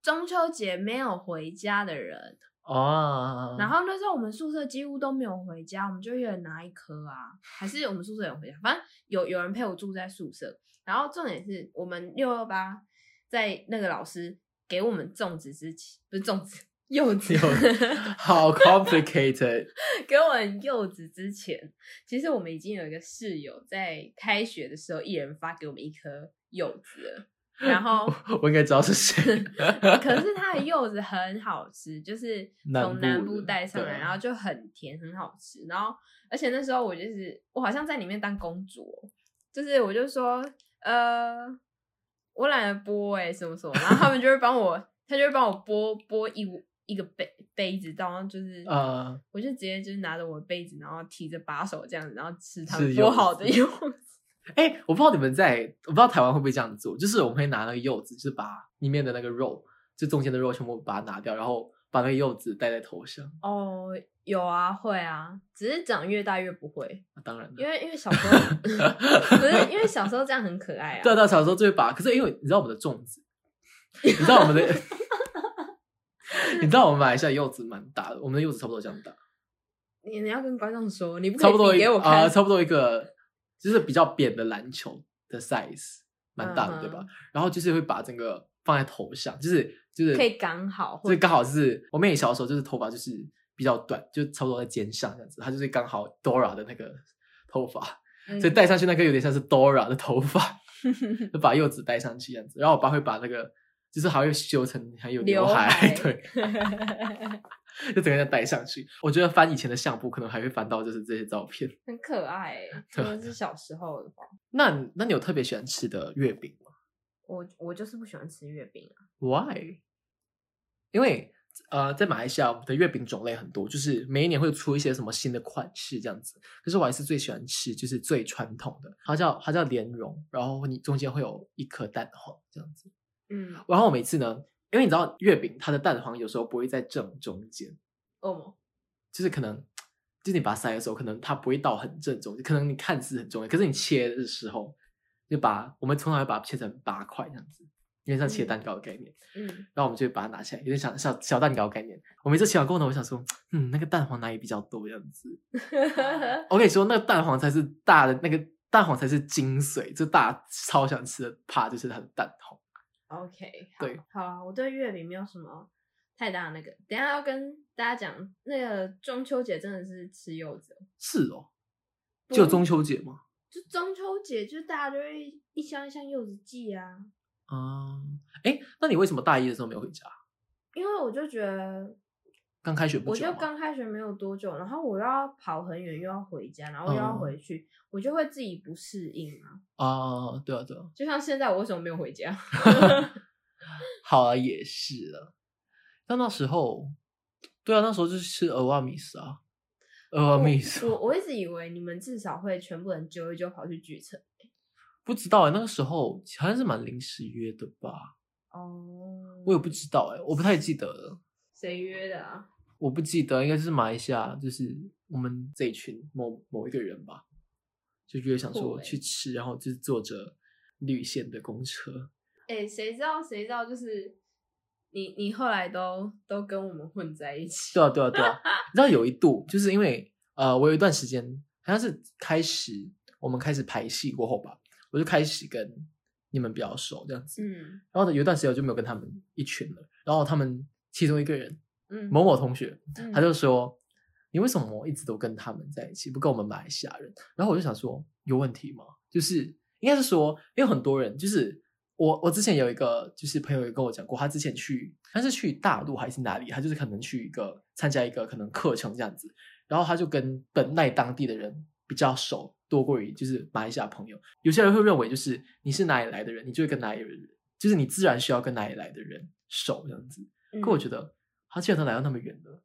S2: 中秋节没有回家的人。
S1: 哦，
S2: 然后那时候我们宿舍几乎都没有回家，我们就一人拿一颗啊，还是我们宿舍有回家，反正有有人陪我住在宿舍。然后重点是我们六二八在那个老师给我们粽子之前，不是粽子，柚子，
S1: 有 *laughs* 好 complicated，
S2: *laughs* 给我们柚子之前，其实我们已经有一个室友在开学的时候，一人发给我们一颗柚子了，然
S1: *laughs*
S2: 后
S1: 我应该知道是谁。 *laughs*
S2: 可是它的柚子很好吃，就是
S1: *laughs* 南部
S2: 从南部
S1: 的
S2: 带上
S1: 对
S2: 来，
S1: 啊
S2: 然后就很甜，很好吃。然后而且那时候我就是我好像在里面当公主哦、就是我就说呃我懒得剥哎、什么什么，然后他们就会帮我，他就会帮我剥剥一一个杯杯子，然后就是
S1: 呃，
S2: 我就直接就是拿着我的杯子，然后提着把手这样子，然后吃他
S1: 吃
S2: 们
S1: 柚
S2: 剥好的
S1: 子
S2: 柚子。
S1: 哎、我不知道你们在，我不知道台湾会不会这样做，就是我们会拿那个柚子，就是把里面的那个肉，就中间的肉全部把它拿掉，然后把那个柚子戴在头上。
S2: *laughs* 哦，有啊，会啊，只是长越大越不会，
S1: 啊当然了，
S2: 因为因为小时候
S1: *laughs*
S2: 不是因为小时候这样很可爱啊。 *laughs*
S1: 对啊，对啊，小时候就会把，可是因为你知道我们的粽子，你知道我们的，你知道我们马来西亚柚子蛮大的，我们的柚子差不多这样大，
S2: 你你要跟观众说，你不可
S1: 差不
S2: 以
S1: 多
S2: 比
S1: 一
S2: 给我
S1: 啊、
S2: 看。
S1: 差不多一个就是比较扁的篮球的 size，蛮大的、
S2: 嗯
S1: 对吧？然后就是会把整个放在头上，就是就是
S2: 可以刚好
S1: 所以刚好是我妹也小的时候，就是头发就是比较短，就差不多在肩上这样子，她就是刚好 Dora 的那个头发，
S2: 嗯
S1: 所以戴上去那个有点像是 Dora 的头
S2: *laughs*
S1: 发，就把柚子戴上去这样子。然后我爸会把那个就是还会修成还有
S2: 刘
S1: 海，
S2: 海
S1: 对， *laughs* 就
S2: *laughs*
S1: 整个人戴上去。我觉得翻以前的相簿，可能还会翻到就是这些照片。
S2: 很可
S1: *laughs*
S2: 爱、欸，
S1: 对
S2: 真的是小时候的话，
S1: 那你那你有特别喜欢吃的月饼吗
S2: 我我就是不喜欢吃月饼啊。
S1: ？Why？因为呃，在马来西亚，我们的月饼种类很多，就是每一年会出一些什么新的款式这样子。可是我还是最喜欢吃，就是最传统的，它叫它叫莲蓉，然后你中间会有一颗蛋黄这样子。
S2: 嗯，
S1: 然后我每次呢，因为你知道月饼它的蛋黄有时候不会在正中间，
S2: 哦，
S1: 就是可能就是你把它塞的时候，可能它不会到很正中，可能你看似很中间，可是你切的时候就把我们通常会把它切成八块这样子，有点像切
S2: 嗯
S1: 蛋糕的概念。
S2: 嗯，
S1: 然后我们就会把它拿起来，有点像小小蛋糕的概念。我每次切完过后呢，我想说，嗯，那个蛋黄哪里比较多这样子？我跟你说，那个蛋黄才是大的，那个蛋黄才是精髓，就大家超想吃的怕就是它的蛋黄。
S2: *laughs* OK，好
S1: 对，
S2: 好啊，我对月饼没有什么太大的那个。等一下要跟大家讲，那个中秋节真的是吃柚子，
S1: 是哦，
S2: 不
S1: 只有中秋节吗？
S2: 就中秋节就大家就会一箱一箱柚子寄啊，
S1: 嗯，哎，那你为什么大一的时候没有回家？
S2: 因为我就觉得。
S1: 刚开学不
S2: 我
S1: 久啊
S2: 就
S1: 吗
S2: 刚开学没有多久，然后我又要跑很远，又要回家，然后又要
S1: 嗯
S2: 回去，我就会自己不适应啊。
S1: 哦，对啊，对啊，
S2: 就像现在，我为什么没有回家？
S1: 好啊，也是了。但那时候，对啊，那时候就是吃俄瓦米斯啊，俄瓦米斯。
S2: 我我一直以为你们至少会全部人揪一揪跑去聚餐。
S1: 不知道哎、那个时候好像是蛮临时约的吧，
S2: 哦，
S1: 我也不知道哎、我不太记得了，
S2: 谁约的啊？
S1: 我不记得，应该是马来西亚，就是我们这一群某某一个人吧，就约想
S2: 酷
S1: 说
S2: 欸
S1: 去吃，然后就是坐着绿线的公车，
S2: 哎、谁知道谁知道？就是你你后来都都跟我们混在一起。
S1: 对啊对啊对啊，你知道有一度就是因为呃，我有一段时间好像是开始我们开始排戏过后吧，我就开始跟你们比较熟这样子，
S2: 嗯
S1: 然后呢有一段时间我就没有跟他们一群了，然后他们其中一个人
S2: 嗯，
S1: 某某同学。
S2: 嗯
S1: 他就说：“你为什么一直都跟他们在一起，不跟我们马来西亚人？”然后我就想说，有问题吗？就是应该是说，因为很多人就是我，我之前有一个就是朋友也跟我讲过，他之前去他是去大陆还是哪里，他就是可能去一个参加一个可能课程这样子，然后他就跟本来当地的人比较熟，多过于就是马来西亚朋友。有些人会认为，就是你是哪里来的人，你就会跟哪里人，就是你自然需要跟哪里来的人熟这样子。可
S2: 嗯
S1: 我觉得他既然都来到那么远了，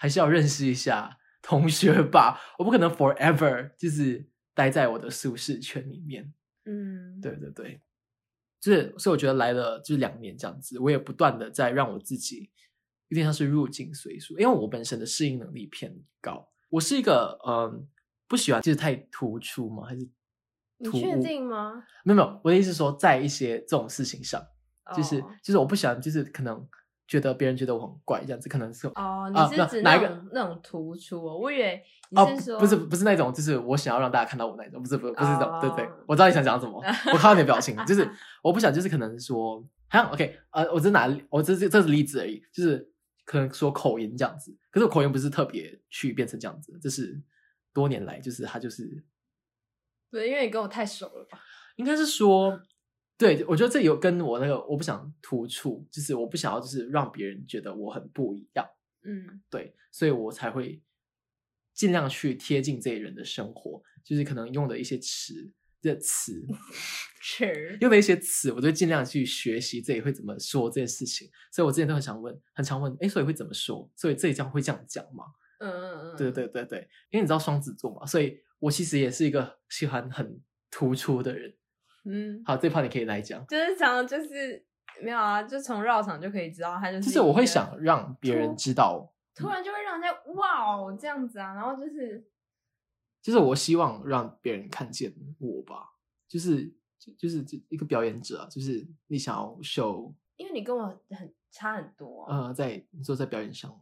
S1: 还是要认识一下 *laughs* 同学吧。我不可能 forever 就是待在我的舒适圈里面。
S2: 嗯，
S1: 对对对，就是所以我觉得来了就是两年这样子，我也不断的在让我自己有点像是入境随俗，因为我本身的适应能力偏高。我是一个嗯，不喜欢就是太突出嘛，还是
S2: 你
S1: 突
S2: 确
S1: 兀
S2: 定吗？
S1: 没有没有，我的意思是说，在一些这种事情上，就是、
S2: 哦
S1: 就是我不喜欢，就是可能觉得别人觉得我很怪这样子，可能是
S2: 哦，
S1: 啊
S2: 你是
S1: 那
S2: 指
S1: 哪
S2: 那
S1: 一个
S2: 种那种突出、哦？我以为
S1: 哦
S2: 你是说、，
S1: 不是不是那种，就是我想要让大家看到我那种，不是不是不是这种，对对
S2: 哦，
S1: 我知道你想讲什
S2: *laughs*
S1: 么，我看到你的表情，就是我不想，就是可能说，好像 OK，呃，我只拿我这这这是例子而已，就是可能说口音这样子，可是我口音不是特别去变成这样子，这是多年来，就是他就是
S2: 不是因为你跟我太熟了吧？
S1: 应该是说，对我觉得这有跟我那个我不想突出，就是我不想要就是让别人觉得我很不一样。
S2: 嗯
S1: 对，所以我才会尽量去贴近这些人的生活，就是可能用的一些词的词，
S2: 嗯
S1: *laughs*
S2: ，sure，
S1: 用的一些词，我就尽量去学习自己会怎么说这件事情。所以我之前都很想问，很常问，哎，所以会怎么说？所以这一张会这样讲吗？
S2: 嗯嗯嗯，
S1: 对对对对，因为你知道双子座嘛，所以我其实也是一个喜欢很突出的人。
S2: 嗯，
S1: 好，这 part 你可以来讲，
S2: 就是常常就是没有啊，就从绕场就可以知道他就是。
S1: 就是我会，想让别人
S2: 嗯突
S1: 知道，
S2: 突然就会让人家哇哦这样子啊，然后就是
S1: 就是我希望让别人看见我吧，就是就就是就一个表演者啊，就是你想要 show
S2: 因为你跟我很差很多、啊，
S1: 呃，在你说在表演上吗？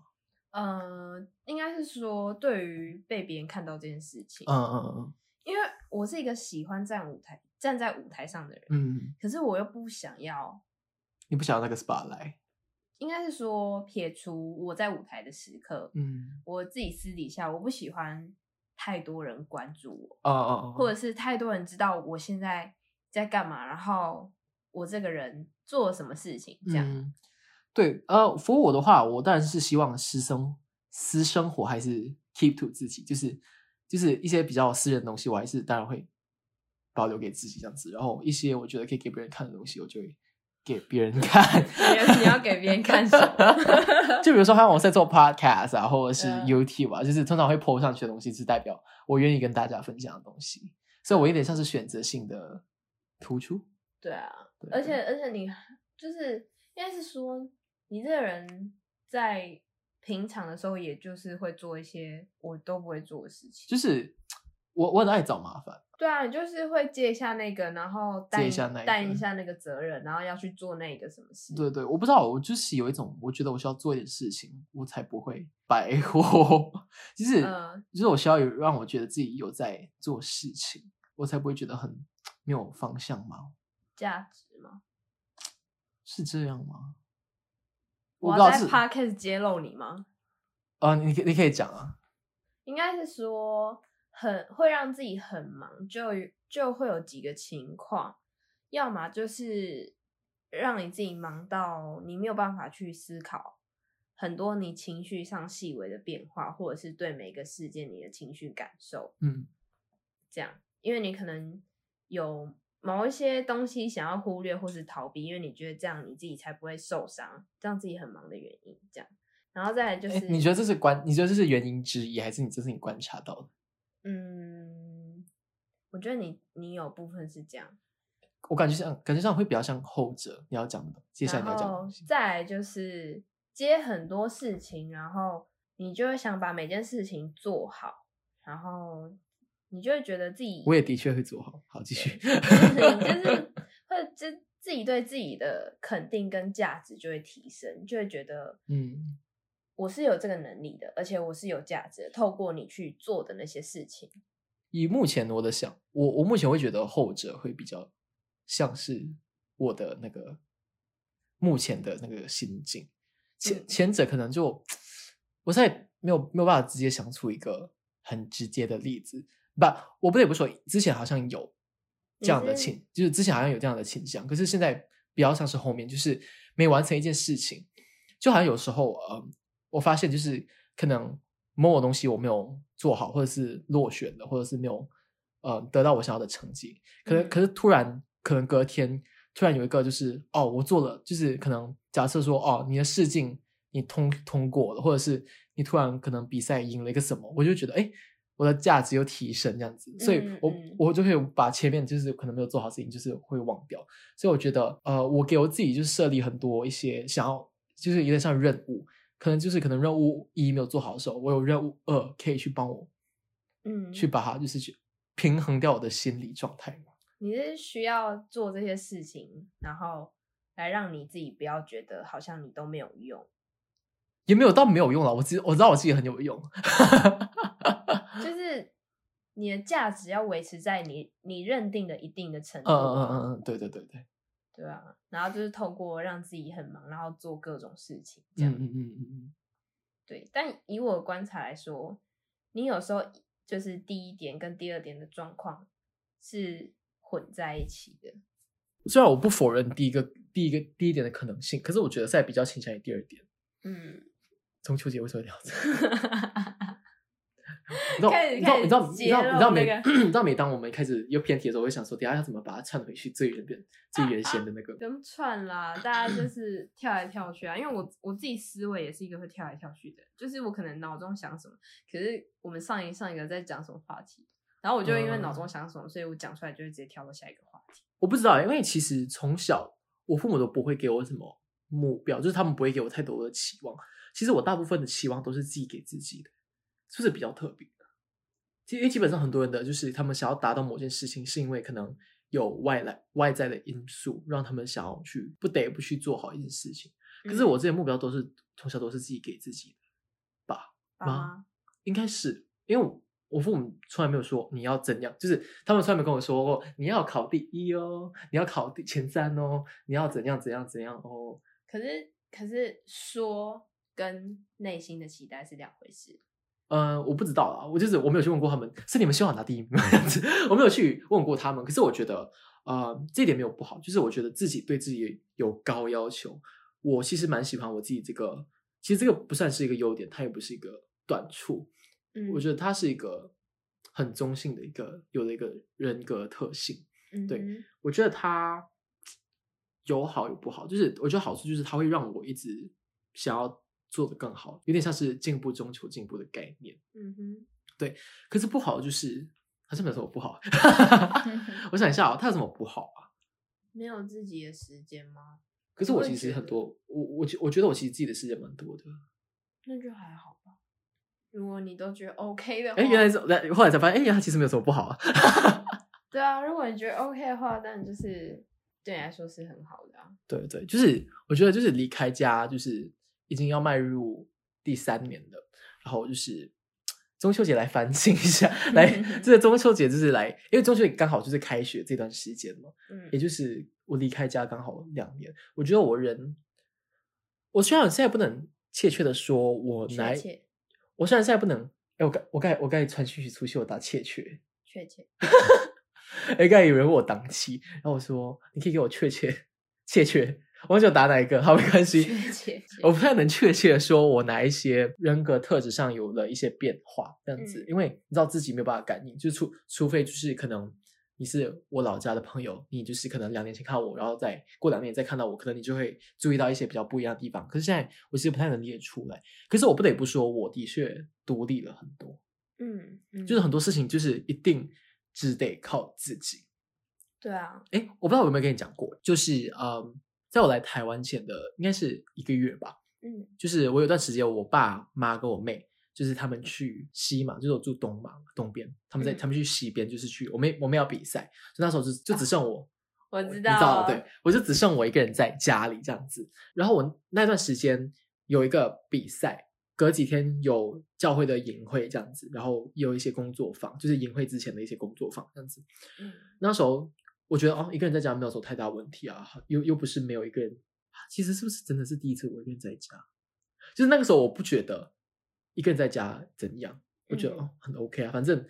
S2: 呃，应该是说对于被别人看到这件事情，
S1: 嗯嗯
S2: 因为我是一个喜欢站舞台、站在舞台上的人，
S1: 嗯嗯，
S2: 可是我又不想要，
S1: 你不想要那个 SPA 来，
S2: 应该是说撇除我在舞台的时刻，
S1: 嗯，
S2: 我自己私底下我不喜欢太多人关注我，
S1: 哦哦哦，
S2: 或者是太多人知道我现在在干嘛，然后我这个人做了什么事情这样。
S1: 嗯、对，呃，服务我的话，我当然是希望私生私生活还是 keep to 自己，就是就是一些比较私人的东西，我还是当然会保留给自己这样子。然后一些我觉得可以给别人看的东西，我就会给别人看。
S2: *laughs* 你要给别人看什么？
S1: *laughs*
S2: *laughs*
S1: 就比如说，像我在做 podcast 啊，或者是
S2: 嗯
S1: YouTube 啊，就是通常会 po 上去的东西，是代表我愿意跟大家分享的东西，所以我有点像是选择性的突出。
S2: 对啊，
S1: 对
S2: 而且而且你就是应该是说，你这个人在平常的时候，也就是会做一些我都不会做的事情。
S1: 就是我我很爱找麻烦。
S2: 对啊，你就是会借一下那个，然后担
S1: 借一下那个
S2: 担一下那个责任，然后要去做那个什么事。
S1: 对对，我不知道，我就是有一种，我觉得我需要做一点事情，我才不会白活。 *laughs* 就是、
S2: 嗯
S1: 就是我需要有让我觉得自己有在做事情，我才不会觉得很没有方向吗？
S2: 价值嘛。
S1: 是这样吗？我
S2: 我
S1: 不知道
S2: 要在
S1: 是
S2: podcast 揭露你吗？
S1: 啊、你可以你可以讲啊，
S2: 应该是说很会让自己很忙，就就会有几个情况，要么就是让你自己忙到你没有办法去思考很多你情绪上细微的变化，或者是对每个事件你的情绪感受，
S1: 嗯
S2: 这样，因为你可能有某一些东西想要忽略或是逃避，因为你觉得这样你自己才不会受伤，这样自己很忙的原因，这样。然后再来就
S1: 诶
S2: 是，
S1: 你觉得这是观？你觉得这是原因之一，还是你这是你观察到的？
S2: 嗯，我觉得你你有部分是这样，
S1: 我感觉像感觉上会比较像后者，你要讲的东西，接下来
S2: 然
S1: 你要讲的
S2: 后
S1: 东西，
S2: 再来就是接很多事情，然后你就会想把每件事情做好，然后你就会觉得自己
S1: 我也的确会做好。好，继续。
S2: *laughs* 就是你就是会就自己对自己的肯定跟价值就会提升，就会觉得
S1: 嗯，
S2: 我是有这个能力的，而且我是有价值的，透过你去做的那些事情，
S1: 以目前我的想，我我目前会觉得后者会比较像是我的那个目前的那个心境，前
S2: 嗯
S1: 前者可能就我现在没有没有办法直接想出一个很直接的例子，不，我不得不说，之前好像有这样的
S2: 你是
S1: 倾，就是之前好像有这样的倾向，可是现在比较像是后面，就是没完成一件事情，就好像有时候，嗯，我发现就是可能某某东西我没有做好，或者是落选了，或者是没有呃得到我想要的成绩，可能
S2: 嗯
S1: 可是突然可能隔天突然有一个就是哦，我做了，就是可能假设说哦，你的试镜你通通过了，或者是你突然可能比赛赢了一个什么，我就觉得哎。诶我的价值又提升，这样子，所以
S2: 嗯
S1: 我、
S2: 嗯
S1: 我就会把前面就是可能没有做好事情，就是会忘掉。所以我觉得，呃，我给我自己就是设立很多一些想要，就是有点像任务，可能就是可能任务一没有做好的时候，我有任务二可以去帮我
S2: 嗯，
S1: 去把它就是去平衡掉我的心理状态嘛。
S2: 你是需要做这些事情，然后来让你自己不要觉得好像你都没有用，
S1: 也没有到没有用了，我知我知道我自己很有用， *laughs*
S2: 就是你的价值要维持在你你认定的一定的程度
S1: 嗯嗯
S2: 啊、
S1: 嗯嗯嗯，对对对对，
S2: 对啊，然后就是透过让自己很忙，然后做各种事情这
S1: 嗯
S2: 样，
S1: 嗯嗯嗯嗯，
S2: 对。但以我的观察来说，你有时候就是第一点跟第二点的状况是混在一起的，
S1: 虽然我不否认第一个第一个第一点的可能性，可是我觉得现在比较倾向于第二点。
S2: 嗯，
S1: 中秋节为什么聊
S2: *laughs*
S1: 这个？你知道
S2: 开始
S1: 你知道你知道你
S2: 开始
S1: 知道
S2: 揭露
S1: 你知道
S2: 那
S1: 每
S2: 个
S1: *clears throat* 你知道每当我们开始又偏题的时候，我会想说，等一下要怎么把它串回去最原本最原先的那个 *laughs*
S2: 不。用串啦，大家就是跳来跳去啊。因为我我自己思维也是一个会跳来跳去的，就是我可能脑中想什么，可是我们上一上一个在讲什么话题，然后我就因为
S1: 嗯
S2: 脑中想什么，所以我讲出来就会直接跳到下一个话题。
S1: 我不知道，因为其实从小我父母都不会给我什么目标，就是他们不会给我太多的期望。其实我大部分的期望都是自己给自己的，是不是比较特别？其实因为基本上很多人的就是他们想要达到某件事情，是因为可能有外来外在的因素让他们想要去不得不去做好一件事情。
S2: 嗯
S1: 可是我这些目标都是从小都是自己给自己的，
S2: 爸
S1: 妈
S2: 妈
S1: 应该是因为我我父母从来没有说你要怎样，就是他们从来没有跟我说过你要考第一哦，你要考第前三哦，你要怎样怎样怎样哦。
S2: 可是可是说跟内心的期待是两回事。
S1: 呃，我不知道啊，我就是我没有去问过他们，是你们希望我拿第一名吗？ *laughs* 这样子我没有去问过他们。可是我觉得，呃，这一点没有不好，就是我觉得自己对自己有高要求。我其实蛮喜欢我自己这个，其实这个不算是一个优点，它也不是一个短处，
S2: 嗯
S1: 我觉得它是一个很中性的一个有的一个人格特性。
S2: 得
S1: 对我觉得它有好有不好，就是我觉得好处就是它会让我一直想要做得更好，有点像是进步中求进步的概念。
S2: 嗯哼，
S1: 可是不好就是，好像没有什么不
S2: *laughs*
S1: 好。
S2: 嗯哼
S1: 我想一下哦，它有什么不好啊？
S2: 没有自己的时间吗？
S1: 可是我
S2: 我也
S1: 其实
S2: 觉
S1: 很
S2: 得哦
S1: 多，我我觉我觉得我其实自己的时间蛮多的。
S2: 那就还好吧。如果你都觉得 OK 的话，
S1: 哎，原来是，来后来才发现，哎，原来它其实没有什么不好啊。
S2: 对啊。如果你觉得 OK 的话，但就是对你来说是很好的啊。
S1: 对对，就是我觉得就是离开家，就是已经要迈入第三年了，然后就是。中秋节来反省一下，来
S2: 嗯
S1: 这个中秋节就是来，因为中秋节刚好就是开学这段时间嘛，
S2: 嗯
S1: 也就是我离开家刚好两年，我觉得我人，我虽然现在不能确切的说我
S2: 确
S1: 哪一，
S2: 切
S1: 我虽然现在不能，哎，我刚我刚才我刚才传讯息出去，我打切切，
S2: 确切，
S1: 哎，刚才有人问我档期，然后我说你可以给我确切切切，我忘记我打哪一个，好没关系，
S2: 确切，
S1: 我不太能确切的说我哪一些人格特质上有了一些变化，这样子，
S2: 嗯
S1: 因为你知道自己没有办法感应，就除除非就是可能你是我老家的朋友，你就是可能两年前看到我，然后再过两年再看到我，可能你就会注意到一些比较不一样的地方。可是现在我其实不太能列出来，可是我不得不说，我的确独立了很多，
S2: 嗯，嗯
S1: 就是很多事情就是一定只得靠自己。
S2: 对啊，
S1: 哎，我不知道我有没有跟你讲过，就是嗯，在我来台湾前的应该是一个月吧。
S2: 嗯
S1: 就是我有段时间，我爸妈跟我妹，就是他们去西马，就是我住东马东边，他们在、
S2: 嗯
S1: 他们去西边，就是去我们我们要比赛，所以那时候就就只剩我，
S2: 啊我
S1: 你
S2: 知
S1: 道
S2: 道，
S1: 了
S2: 啊
S1: 对，我就只剩我一个人在家里这样子。然后我那段时间有一个比赛，隔几天有教会的营会这样子，然后有一些工作坊，就是营会之前的一些工作坊这样子。
S2: 嗯
S1: 那时候我觉得哦，一个人在家没有什么太大问题啊，又又不是没有一个人。啊其实是不是真的是第一次我一个人在家？就是那个时候我不觉得一个人在家怎样，我觉得、
S2: 嗯
S1: 哦很 OK 啊。反正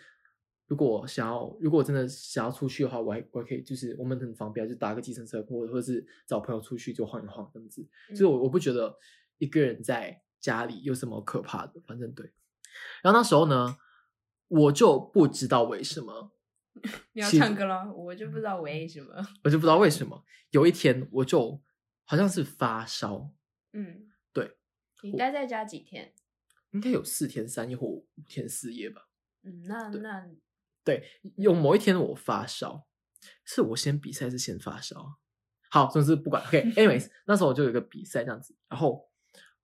S1: 如果我想要，如果我真的想要出去的话，我还我还可以，就是我们很方便啊，就搭个计程车，或者或者是找朋友出去就晃一晃这样子。所以我我不觉得一个人在家里有什么可怕的，反正对。然后那时候呢，我就不知道为什么，
S2: 你要
S1: 其实
S2: 唱歌了，我就不知道为
S1: *laughs*
S2: 什么，
S1: 我就不知道为什么，有一天我就好像是发烧，
S2: 嗯，
S1: 对，
S2: 你
S1: 我
S2: 待在家几天？
S1: 应该有四天三夜或五天四夜吧。
S2: 嗯，那
S1: 对
S2: 那
S1: 对，有某一天我发烧，是我先比赛还是先发烧啊？好，总之不管。OK，anyways，、那
S2: *laughs*
S1: 时候我就有一个比赛这样子，然后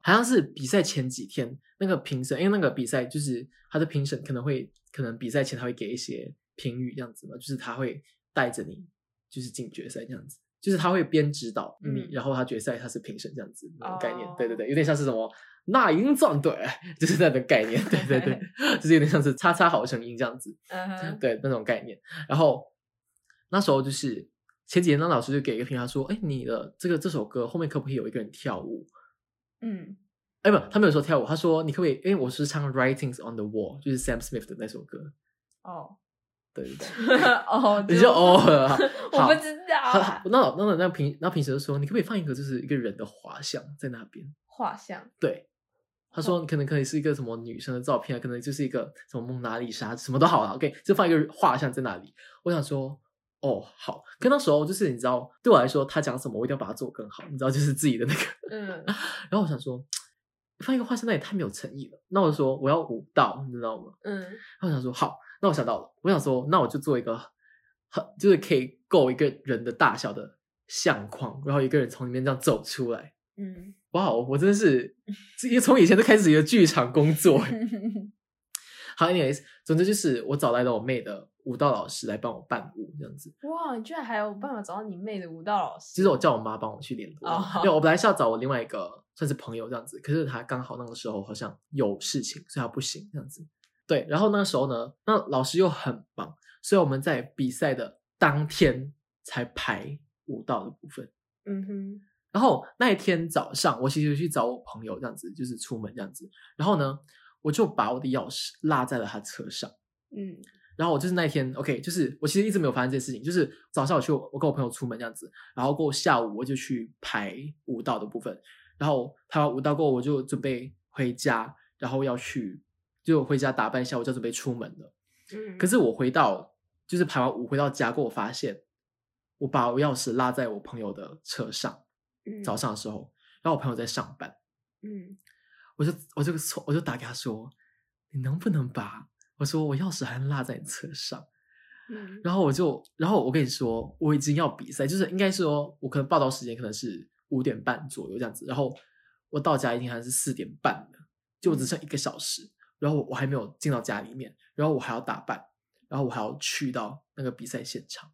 S1: 好像是比赛前几天，那个评审，因为那个比赛就是他的评审可能会，可能比赛前他会给一些评语这样子嘛，就是他会带着你，就是进决赛这样子。就是他会边指导你，
S2: 嗯
S1: 然后他决赛他是评审这样子那种概念，
S2: 哦
S1: 对对对，有点像是什么那英战队， *laughs* 就是那种概念，对对对，
S2: *laughs*
S1: 就是有点像是叉叉好声音这样子。
S2: 嗯哼，
S1: 对那种概念。然后那时候就是前几天，那老师就给一个评价说：“哎，你的这个这首歌后面可不可以有一个人跳舞
S2: 嗯？”
S1: 哎，不，他没有说跳舞，他说你可不可以？因哎为我是唱《Writings on the Wall》，就是 Sam Smith 的那首歌。
S2: 哦
S1: 对对对，
S2: 哦，
S1: 你就哦，好
S2: 我不知道
S1: 好
S2: 啊
S1: 好那老那那平那平时就说，你可不可以放一个就是一个人的画像在那边？
S2: 画像，
S1: 对，他说你可能可以是一个什么女生的照片啊，可能就是一个什么蒙娜丽莎，什么都好了，OK，就啊放一个画像在那里。我想说，哦，好。可那时候就是你知道，对我来说，他讲什么我一定要把它做更好，你知道，就是自己的那个。
S2: 嗯，
S1: 然后我想说，放一个画像那也太没有诚意了。那我就说我要舞蹈，你知道吗？
S2: 嗯，
S1: 然后我想说，好，那我想到了，我想说，那我就做一个很就是可以够一个人的大小的相框，然后一个人从里面这样走出来。 *laughs*
S2: 嗯，
S1: 哇哦，我真的是，这也从以前就开始一个剧场工作欸。好，anyways，总之就是我找来了我妹的舞蹈老师来帮我伴舞这样子。
S2: 哇，你居然还有办法找到你妹的舞蹈老师？
S1: 其实我叫我妈帮我去联络
S2: 哦
S1: 因为我本来是要找我另外一个算是朋友这样子，可是她刚好那个时候好像有事情，所以她不行这样子。对，然后那时候呢，那老师又很忙，所以我们在比赛的当天才排舞蹈的部分。
S2: 嗯哼，
S1: 然后那一天早上，我其实去找我朋友这样子，就是出门这样子。然后呢，我就把我的钥匙落在了他车上。
S2: 嗯，
S1: 然后我就是那一天，OK，就是我其实一直没有发现这件事情，就是早上我去我跟我朋友出门这样子，然后过后下午我就去排舞蹈的部分，然后排完舞蹈过后我就准备回家，然后要去就回家打扮一下，我就准备出门了。
S2: 嗯
S1: 可是我回到就是排完舞回到家过后，我发现我把我钥匙落在我朋友的车上，早，上的时候，然后我朋友在上班，
S2: 嗯
S1: 我就我就说我就打给他说，你能不能把我说我钥匙还落在你车上。
S2: 嗯
S1: 然后我就，然后我跟你说，我已经要比赛，就是应该说，我可能报到时间可能是五点半左右这样子，然后我到家一定还是四点半的，就我只剩一个小时，然后我我还没有进到家里面，然后我还要打扮，然后我还要去到那个比赛现场，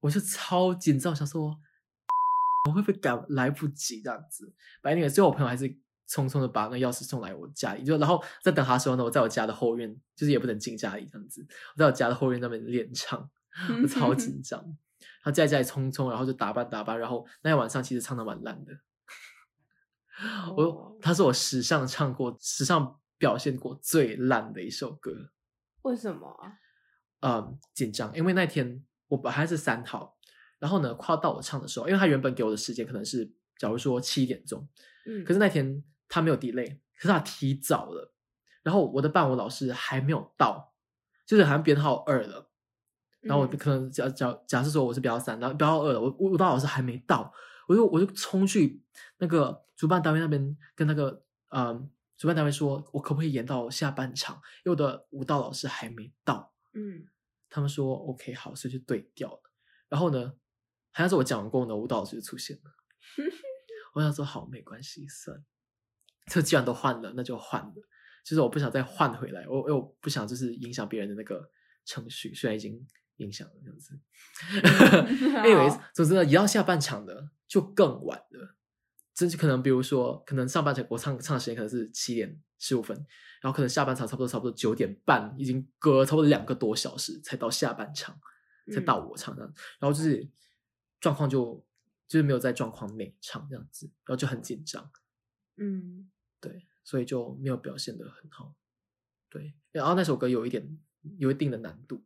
S1: 我就超紧张，想说我会不会赶来不及这样子，反正最后我朋友还是匆匆的把那个钥匙送来我家里，就然后在等他的时候呢，我在我家的后院，就是也不能进家里这样子，我在我家的后院那边练唱， *laughs* 我
S2: 嗯
S1: 超紧张。然后在家里匆匆，然后就打扮打扮，然后那天晚上其实唱的蛮烂的。我
S2: 哦
S1: 他是我史上唱过、史上表现过最烂的一首歌。
S2: 为什么啊？
S1: 嗯，紧张，因为那天我本来是三号，然后呢，快要到我唱的时候，因为他原本给我的时间可能是假如说七点钟，
S2: 嗯，
S1: 可是那天他没有 delay，可是他提早了，然后我的伴舞老师还没有到，就是好像编号二了，然后我
S2: 嗯
S1: 可能假假假设说我是编号三，然后编号二了，我我舞蹈老师还没到，我就我就冲去那个主办单位那边跟那个嗯主办单位说，我可不可以延到下半场，因为我的舞蹈老师还没到， *laughs*
S2: 嗯
S1: 他们说 OK 好，所以就对调了。然后呢，好像是我讲完过后呢，舞蹈老师就出现了。我想说好，没关系，算了。这既然都换了，那就换了。就是我不想再换回来，我我不想就是影响别人的那个程序，虽然已经影响了这样子。anyways，总之呢，也要下半场的就更晚了。甚至可能，比如说，可能上半场我唱唱的时间可能是七点十五分，然后可能下半场差不多差不多九点半，已经隔了差不多两个多小时才到下半场，
S2: 嗯
S1: 才到我唱这样，然后就是状况就就是没有在状况内唱这样子，然后就很紧张，
S2: 嗯，
S1: 对，所以就没有表现的很好，对，然后那首歌有一点有一定的难度，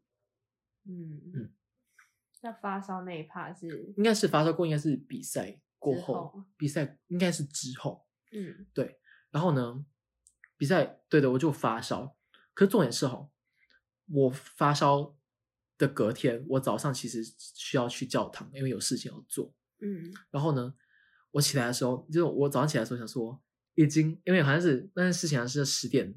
S2: 嗯嗯
S1: 嗯，
S2: 那发烧那一趴是
S1: 应该是发烧过，应该是比赛过
S2: 之
S1: 后，
S2: 后
S1: 比赛应该是之后，
S2: 嗯
S1: 然后呢，比赛对的，我就发烧。可是重点是哈，我发烧的隔天，我早上其实需要去教堂，因为有事情要做。
S2: 嗯
S1: 然后呢，我起来的时候，就是我早上起来的时候想说，已经因为好像是那件事情好像是十点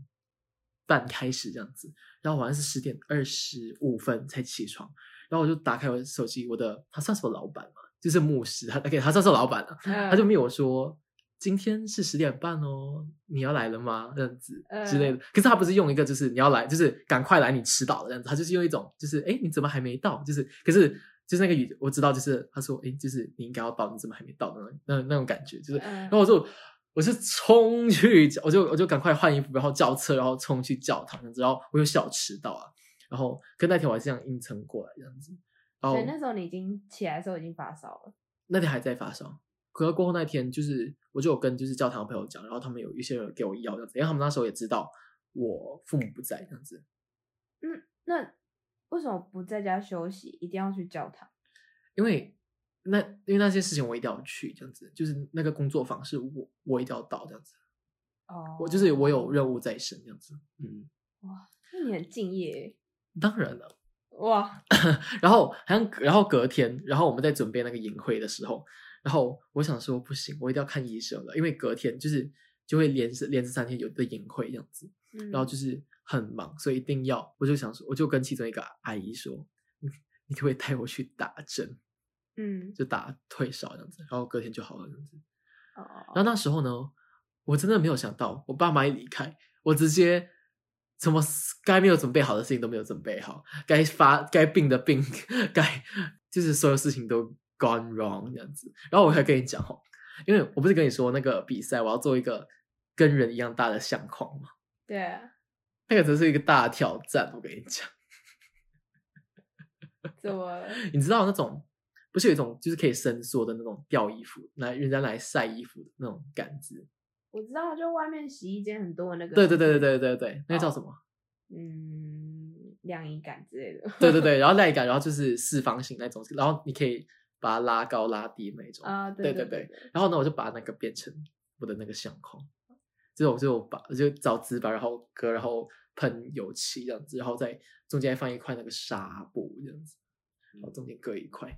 S1: 半开始这样子，然后我好像是十点二十五分才起床，然后我就打开我的手机，我的他算是我老板嘛，就是牧师，他 OK，他算是我老板了、啊
S2: 他
S1: 他就密我说今天是十点半哦，你要来了吗？这样子
S2: 嗯
S1: 之类的。可是他不是用一个就是你要来，就是赶快来，你迟到了这样子。他就是用一种就是哎你怎么还没到？就是可是就是那个语我知道，就是他说哎就是你应该要到，你怎么还没到的那那那种感觉，就是
S2: 嗯
S1: 然后我就我是冲去，我就我就赶快换衣服，然后叫车，然后冲去教堂，这样子然后我有小迟到啊。然后跟那天我还是这样硬撑过来这样子，然后
S2: 对，呃那时候你已经起来的时候已经发烧了。
S1: 那天还在发烧。可是过后那天，就是我就有跟就是教堂的朋友讲，然后他们有一些人给我药这样子，因为他们那时候也知道我父母不在这样子，
S2: 那为什么不在家休息，一定要去教堂？
S1: 因为那因为那些事情我一定要去这样子，就是那个工作坊是我我一定要到这样子，
S2: 哦
S1: 我就是我有任务在身这样子，嗯，
S2: 那你很敬业欸
S1: 当然了。
S2: 哇，
S1: 然后好像然后隔天，然后我们在准备那个营会的时候，然后我想说不行，我一定要看医生了，因为隔天就是就会连着连着三天有的营会这样子，然
S2: 嗯
S1: 后就是很忙，所以一定要，我就想说，我就跟其中一个阿姨说，你你可不可以带我去打针，
S2: 嗯
S1: 就打退烧这样子，然后隔天就好了这样子。
S2: 嗯哦
S1: 然后那时候呢，我真的没有想到，我爸妈一离开，我直接怎么该没有准备好的事情都没有准备好，该发该病的病，该就是所有事情都 gone wrong 这样子。然后我还跟你讲哦，因为我不是跟你说那个比赛我要做一个跟人一样大的相框嘛，
S2: 对啊，
S1: 那个真是一个大挑战。我跟你讲， *laughs*
S2: 怎么了？
S1: 你知道那种不是有一种就是可以伸缩的那种吊衣服，来人家来晒衣服的那种杆子？
S2: 我知道，就外面洗衣间很多那个，
S1: 对对对对，对哦对对，那个叫什么？
S2: 嗯，晾衣杆之类的。 *laughs*
S1: 对对对，然后那一杆，然后就是四方形那种，然后你可以把它拉高拉低那种。
S2: 啊，
S1: 对
S2: 对
S1: 对，然后呢，我就把那个变成我的那个相框，就是我就把就找纸板，然后割，然后喷油漆这样子，然后在中间放一块那个纱布这样子，然后中间割一块。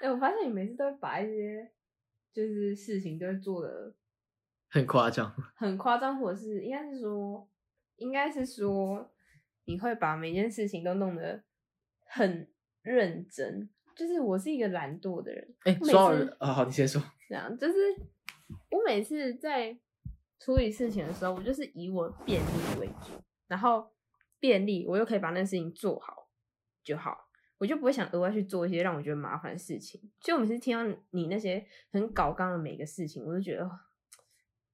S2: 哎、我发现你每次都会把一些就是事情都会做的
S1: 很夸张，
S2: 很夸张，或者是应该是说，应该是说你会把每件事情都弄得很认真。就是我是一个懒惰的人，
S1: 哎，
S2: 我每
S1: 说到
S2: 次
S1: 人啊，好，你先说。
S2: 这样就是我每次在处理事情的时候，我就是以我便利为主，然后便利我又可以把那事情做好就好，我就不会想额外去做一些让我觉得麻烦的事情。所以我每次听到你那些很搞纲的每个事情，我就觉得哦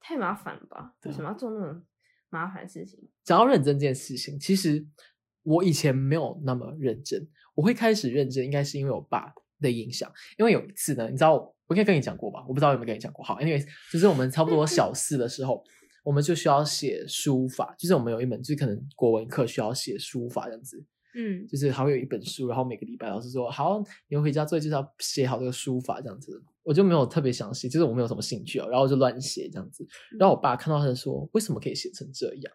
S2: 太麻烦了吧？为什
S1: 啊
S2: 么要做那种麻烦的事情？
S1: 讲到认真这件事情，其实我以前没有那么认真，我会开始认真，应该是因为我爸的影响。因为有一次呢，你知道我，我应该跟你讲过吧？我不知道有没有跟你讲过。好，anyways，就是我们差不多小四的时候，我们就需要写书法，就是我们有一门就是可能国文课需要写书法这样子，
S2: 嗯，
S1: 就是还会有一本书，然后每个礼拜老师说好，你们回家做就是要写好这个书法这样子。我就没有特别详细，就是我没有什么兴趣哦，然后我就乱写这样子。然后我爸看到他就说：“为什么可以写成这样？”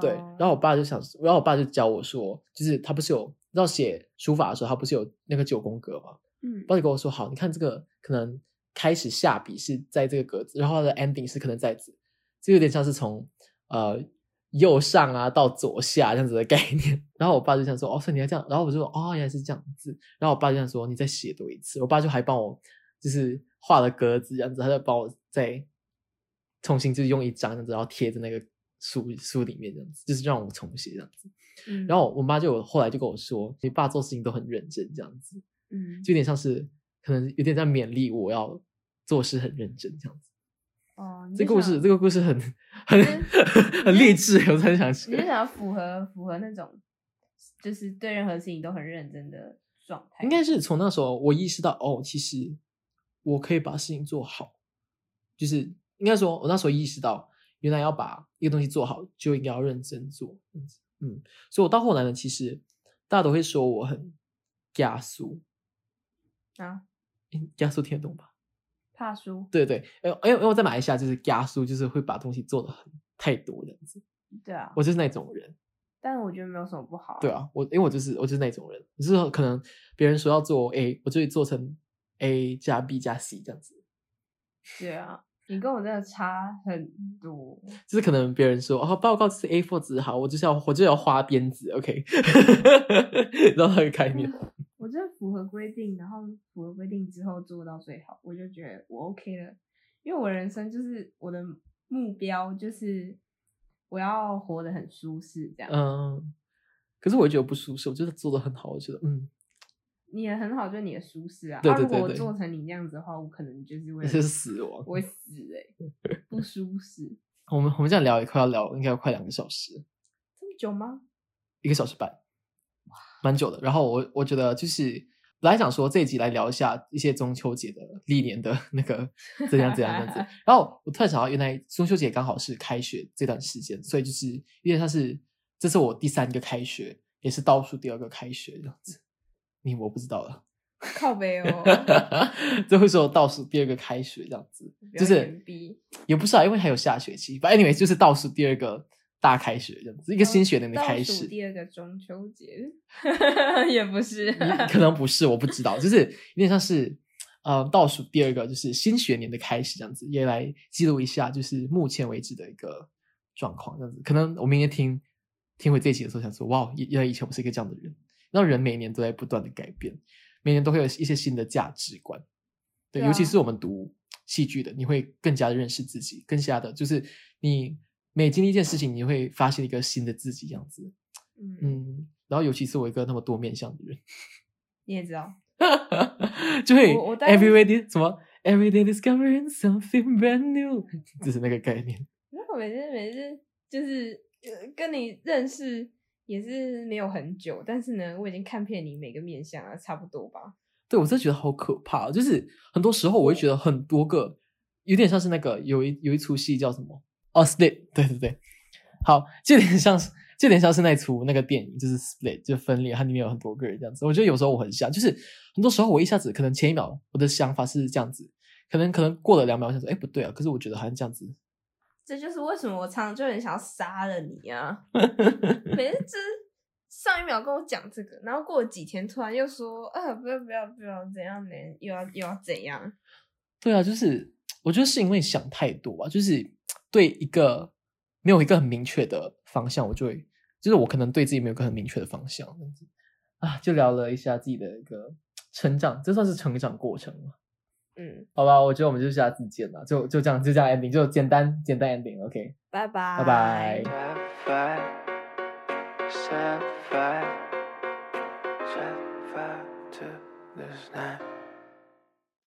S1: 对，
S2: 哦
S1: 然后我爸就想，然后我爸就教我说，就是他不是有，你知道写书法的时候，他不是有那个九宫格吗？
S2: 嗯
S1: 我，爸就跟我说，好，你看这个可能开始下笔是在这个格子，然后它的 ending 是可能在这，这有点像是从呃右上啊到左下这样子的概念。 *laughs* 然后我爸就想说，哦，所以你要这样，然后我就说，哦，原来是这样子。然后我爸就想说，你再写多一次。我爸就还帮我就是画了格子这样子，他就帮我再重新就是用一张这样子，然后贴在那个书书里面这样子，就是让我重写这样子。
S2: 嗯
S1: 然后我妈就有后来就跟我说，你爸做事情都很认真这样子。
S2: 嗯，
S1: 就有点像是可能有点在勉励我要做事很认真这样子。
S2: 哦，你
S1: 这
S2: 就
S1: 个故
S2: 想嗯
S1: 事，这个故事
S2: *laughs*
S1: 很很 *laughs* 很励志，我突然想起
S2: 你就
S1: 来，
S2: 想要符合符合那种，就是对任何事情都很认真的状态。
S1: 应该是从那时候我意识到，哦，其实我可以把事情做好，就是应该说，我那时候意识到，原来要把一个东西做好，就应该要认真做。嗯，所以我到后来呢，其实大家都会说我很压缩，
S2: 啊，
S1: 压缩嗯听得懂吧？
S2: 怕输，
S1: 对对，因为因为因为我在马来西亚就是压缩，就是会把东西做的很太多这样子。
S2: 对啊，
S1: 我就是那种人，
S2: 但我觉得没有什么不好、
S1: 对，啊，我因为我就是我就是那种人，就是可能别人说要做 A，我就会做成 A 加 B 加 C 这样子，
S2: 对啊，你跟我真的差很多。
S1: 就是可能别人说哦报告是 A four 纸好，我就是要我就要花边纸，OK，然后那个概念，
S2: 我真的符合规定，然后符合规定之后做到最好，我就觉得我 OK 了。因为我人生就是我的目标就是我要活得很舒适，这样。
S1: 嗯，可是我觉得不舒适，我觉得做的很好，我觉得嗯，
S2: 你也很好，就是你的舒适啊。
S1: 对
S2: 啊
S1: 对对
S2: 如果我
S1: 对
S2: 做成你那样子的话，我可能就是会
S1: 那是死亡。
S2: 我会死
S1: *laughs*
S2: 哎、不舒适。
S1: 我们我们这样聊也快要聊，应该要快两个小时，
S2: 这么久吗？
S1: 一个小时半，蛮久的。然后我我觉得就是本来想说这一集来聊一下一些中秋节的历年的那个怎样怎样
S2: *laughs*
S1: 这样子，然后我突然想到，原来中秋节刚好是开学这段时间，所以就是有点像是这是我第三个开学，也是倒数第二个开学这样子。你我不知道了， *laughs*
S2: 靠北哦，
S1: 这会是我倒数第二个开学这样子，*laughs*
S2: 不
S1: 就
S2: 要
S1: 是
S2: 演逼
S1: 也不是啊，因为还有下学期。反正 anyway 就是倒数第二个大开学这样子，一个新学年的
S2: 倒
S1: 开
S2: 数
S1: 始。
S2: 第二个中秋节 *laughs* 也不是， *laughs*
S1: 你 *laughs* 可能不是，我不知道，就是有点像是呃倒数第二个，就是新学年的开始这样子，也来记录一下，就是目前为止的一个状况这样子。可能我明天听听回这一集的时候，想说哇，原来以前我是一个这样的人。那人每年都在不断的改变，每年都会有一些新的价值观。对，
S2: 对啊
S1: 尤其是我们读戏剧的，你会更加的认识自己，更加的就是你每经历一件事情，你会发现一个新的自己，这样子。
S2: 嗯，
S1: 嗯，然后尤其是我一个那么多面向的人，
S2: 你也知道，
S1: *laughs* 就会
S2: 我我大概
S1: every day dis- 什么 every day discovering something brand new，就是 *laughs* 那个概念。
S2: 然后每次每次就是、呃跟你认识也是没有很久，但是呢，我已经看遍你每个面相了，差不多吧。
S1: 对我真的觉得好可怕，哦就是很多时候我会觉得很多个，有点像是那个有一有一出戏叫什么哦 split，对对对，好，这点像是。这点像是那出那个电影，就是 split，就分裂，它里面有很多个人这样子。我觉得有时候我很像，就是很多时候我一下子可能前一秒我的想法是这样子，可能可能过了两秒，我想说，哎，不对啊，可是我觉得好像这样子
S2: 这就是为什么我常常就很想要杀了
S1: *laughs*
S2: 你啊！每次就是上一秒跟我讲这个，然后过了几天突然又说啊，不要不要不要怎样呢，又要又要怎样？
S1: 对啊，就是我觉得是因为想太多吧，就是对一个没有一个很明确的方向，我就会就是我可能对自己没有一个很明确的方向，这样子啊，就聊了一下自己的一个成长，这算是成长过程吗？
S2: 嗯，
S1: 好吧，我觉得我们就下次见了，就就这样，就这样 ending，就简单简单 ending，OK、
S2: 拜
S1: 拜
S2: 拜
S1: 拜
S3: Red flag, set fire, set fire to this night.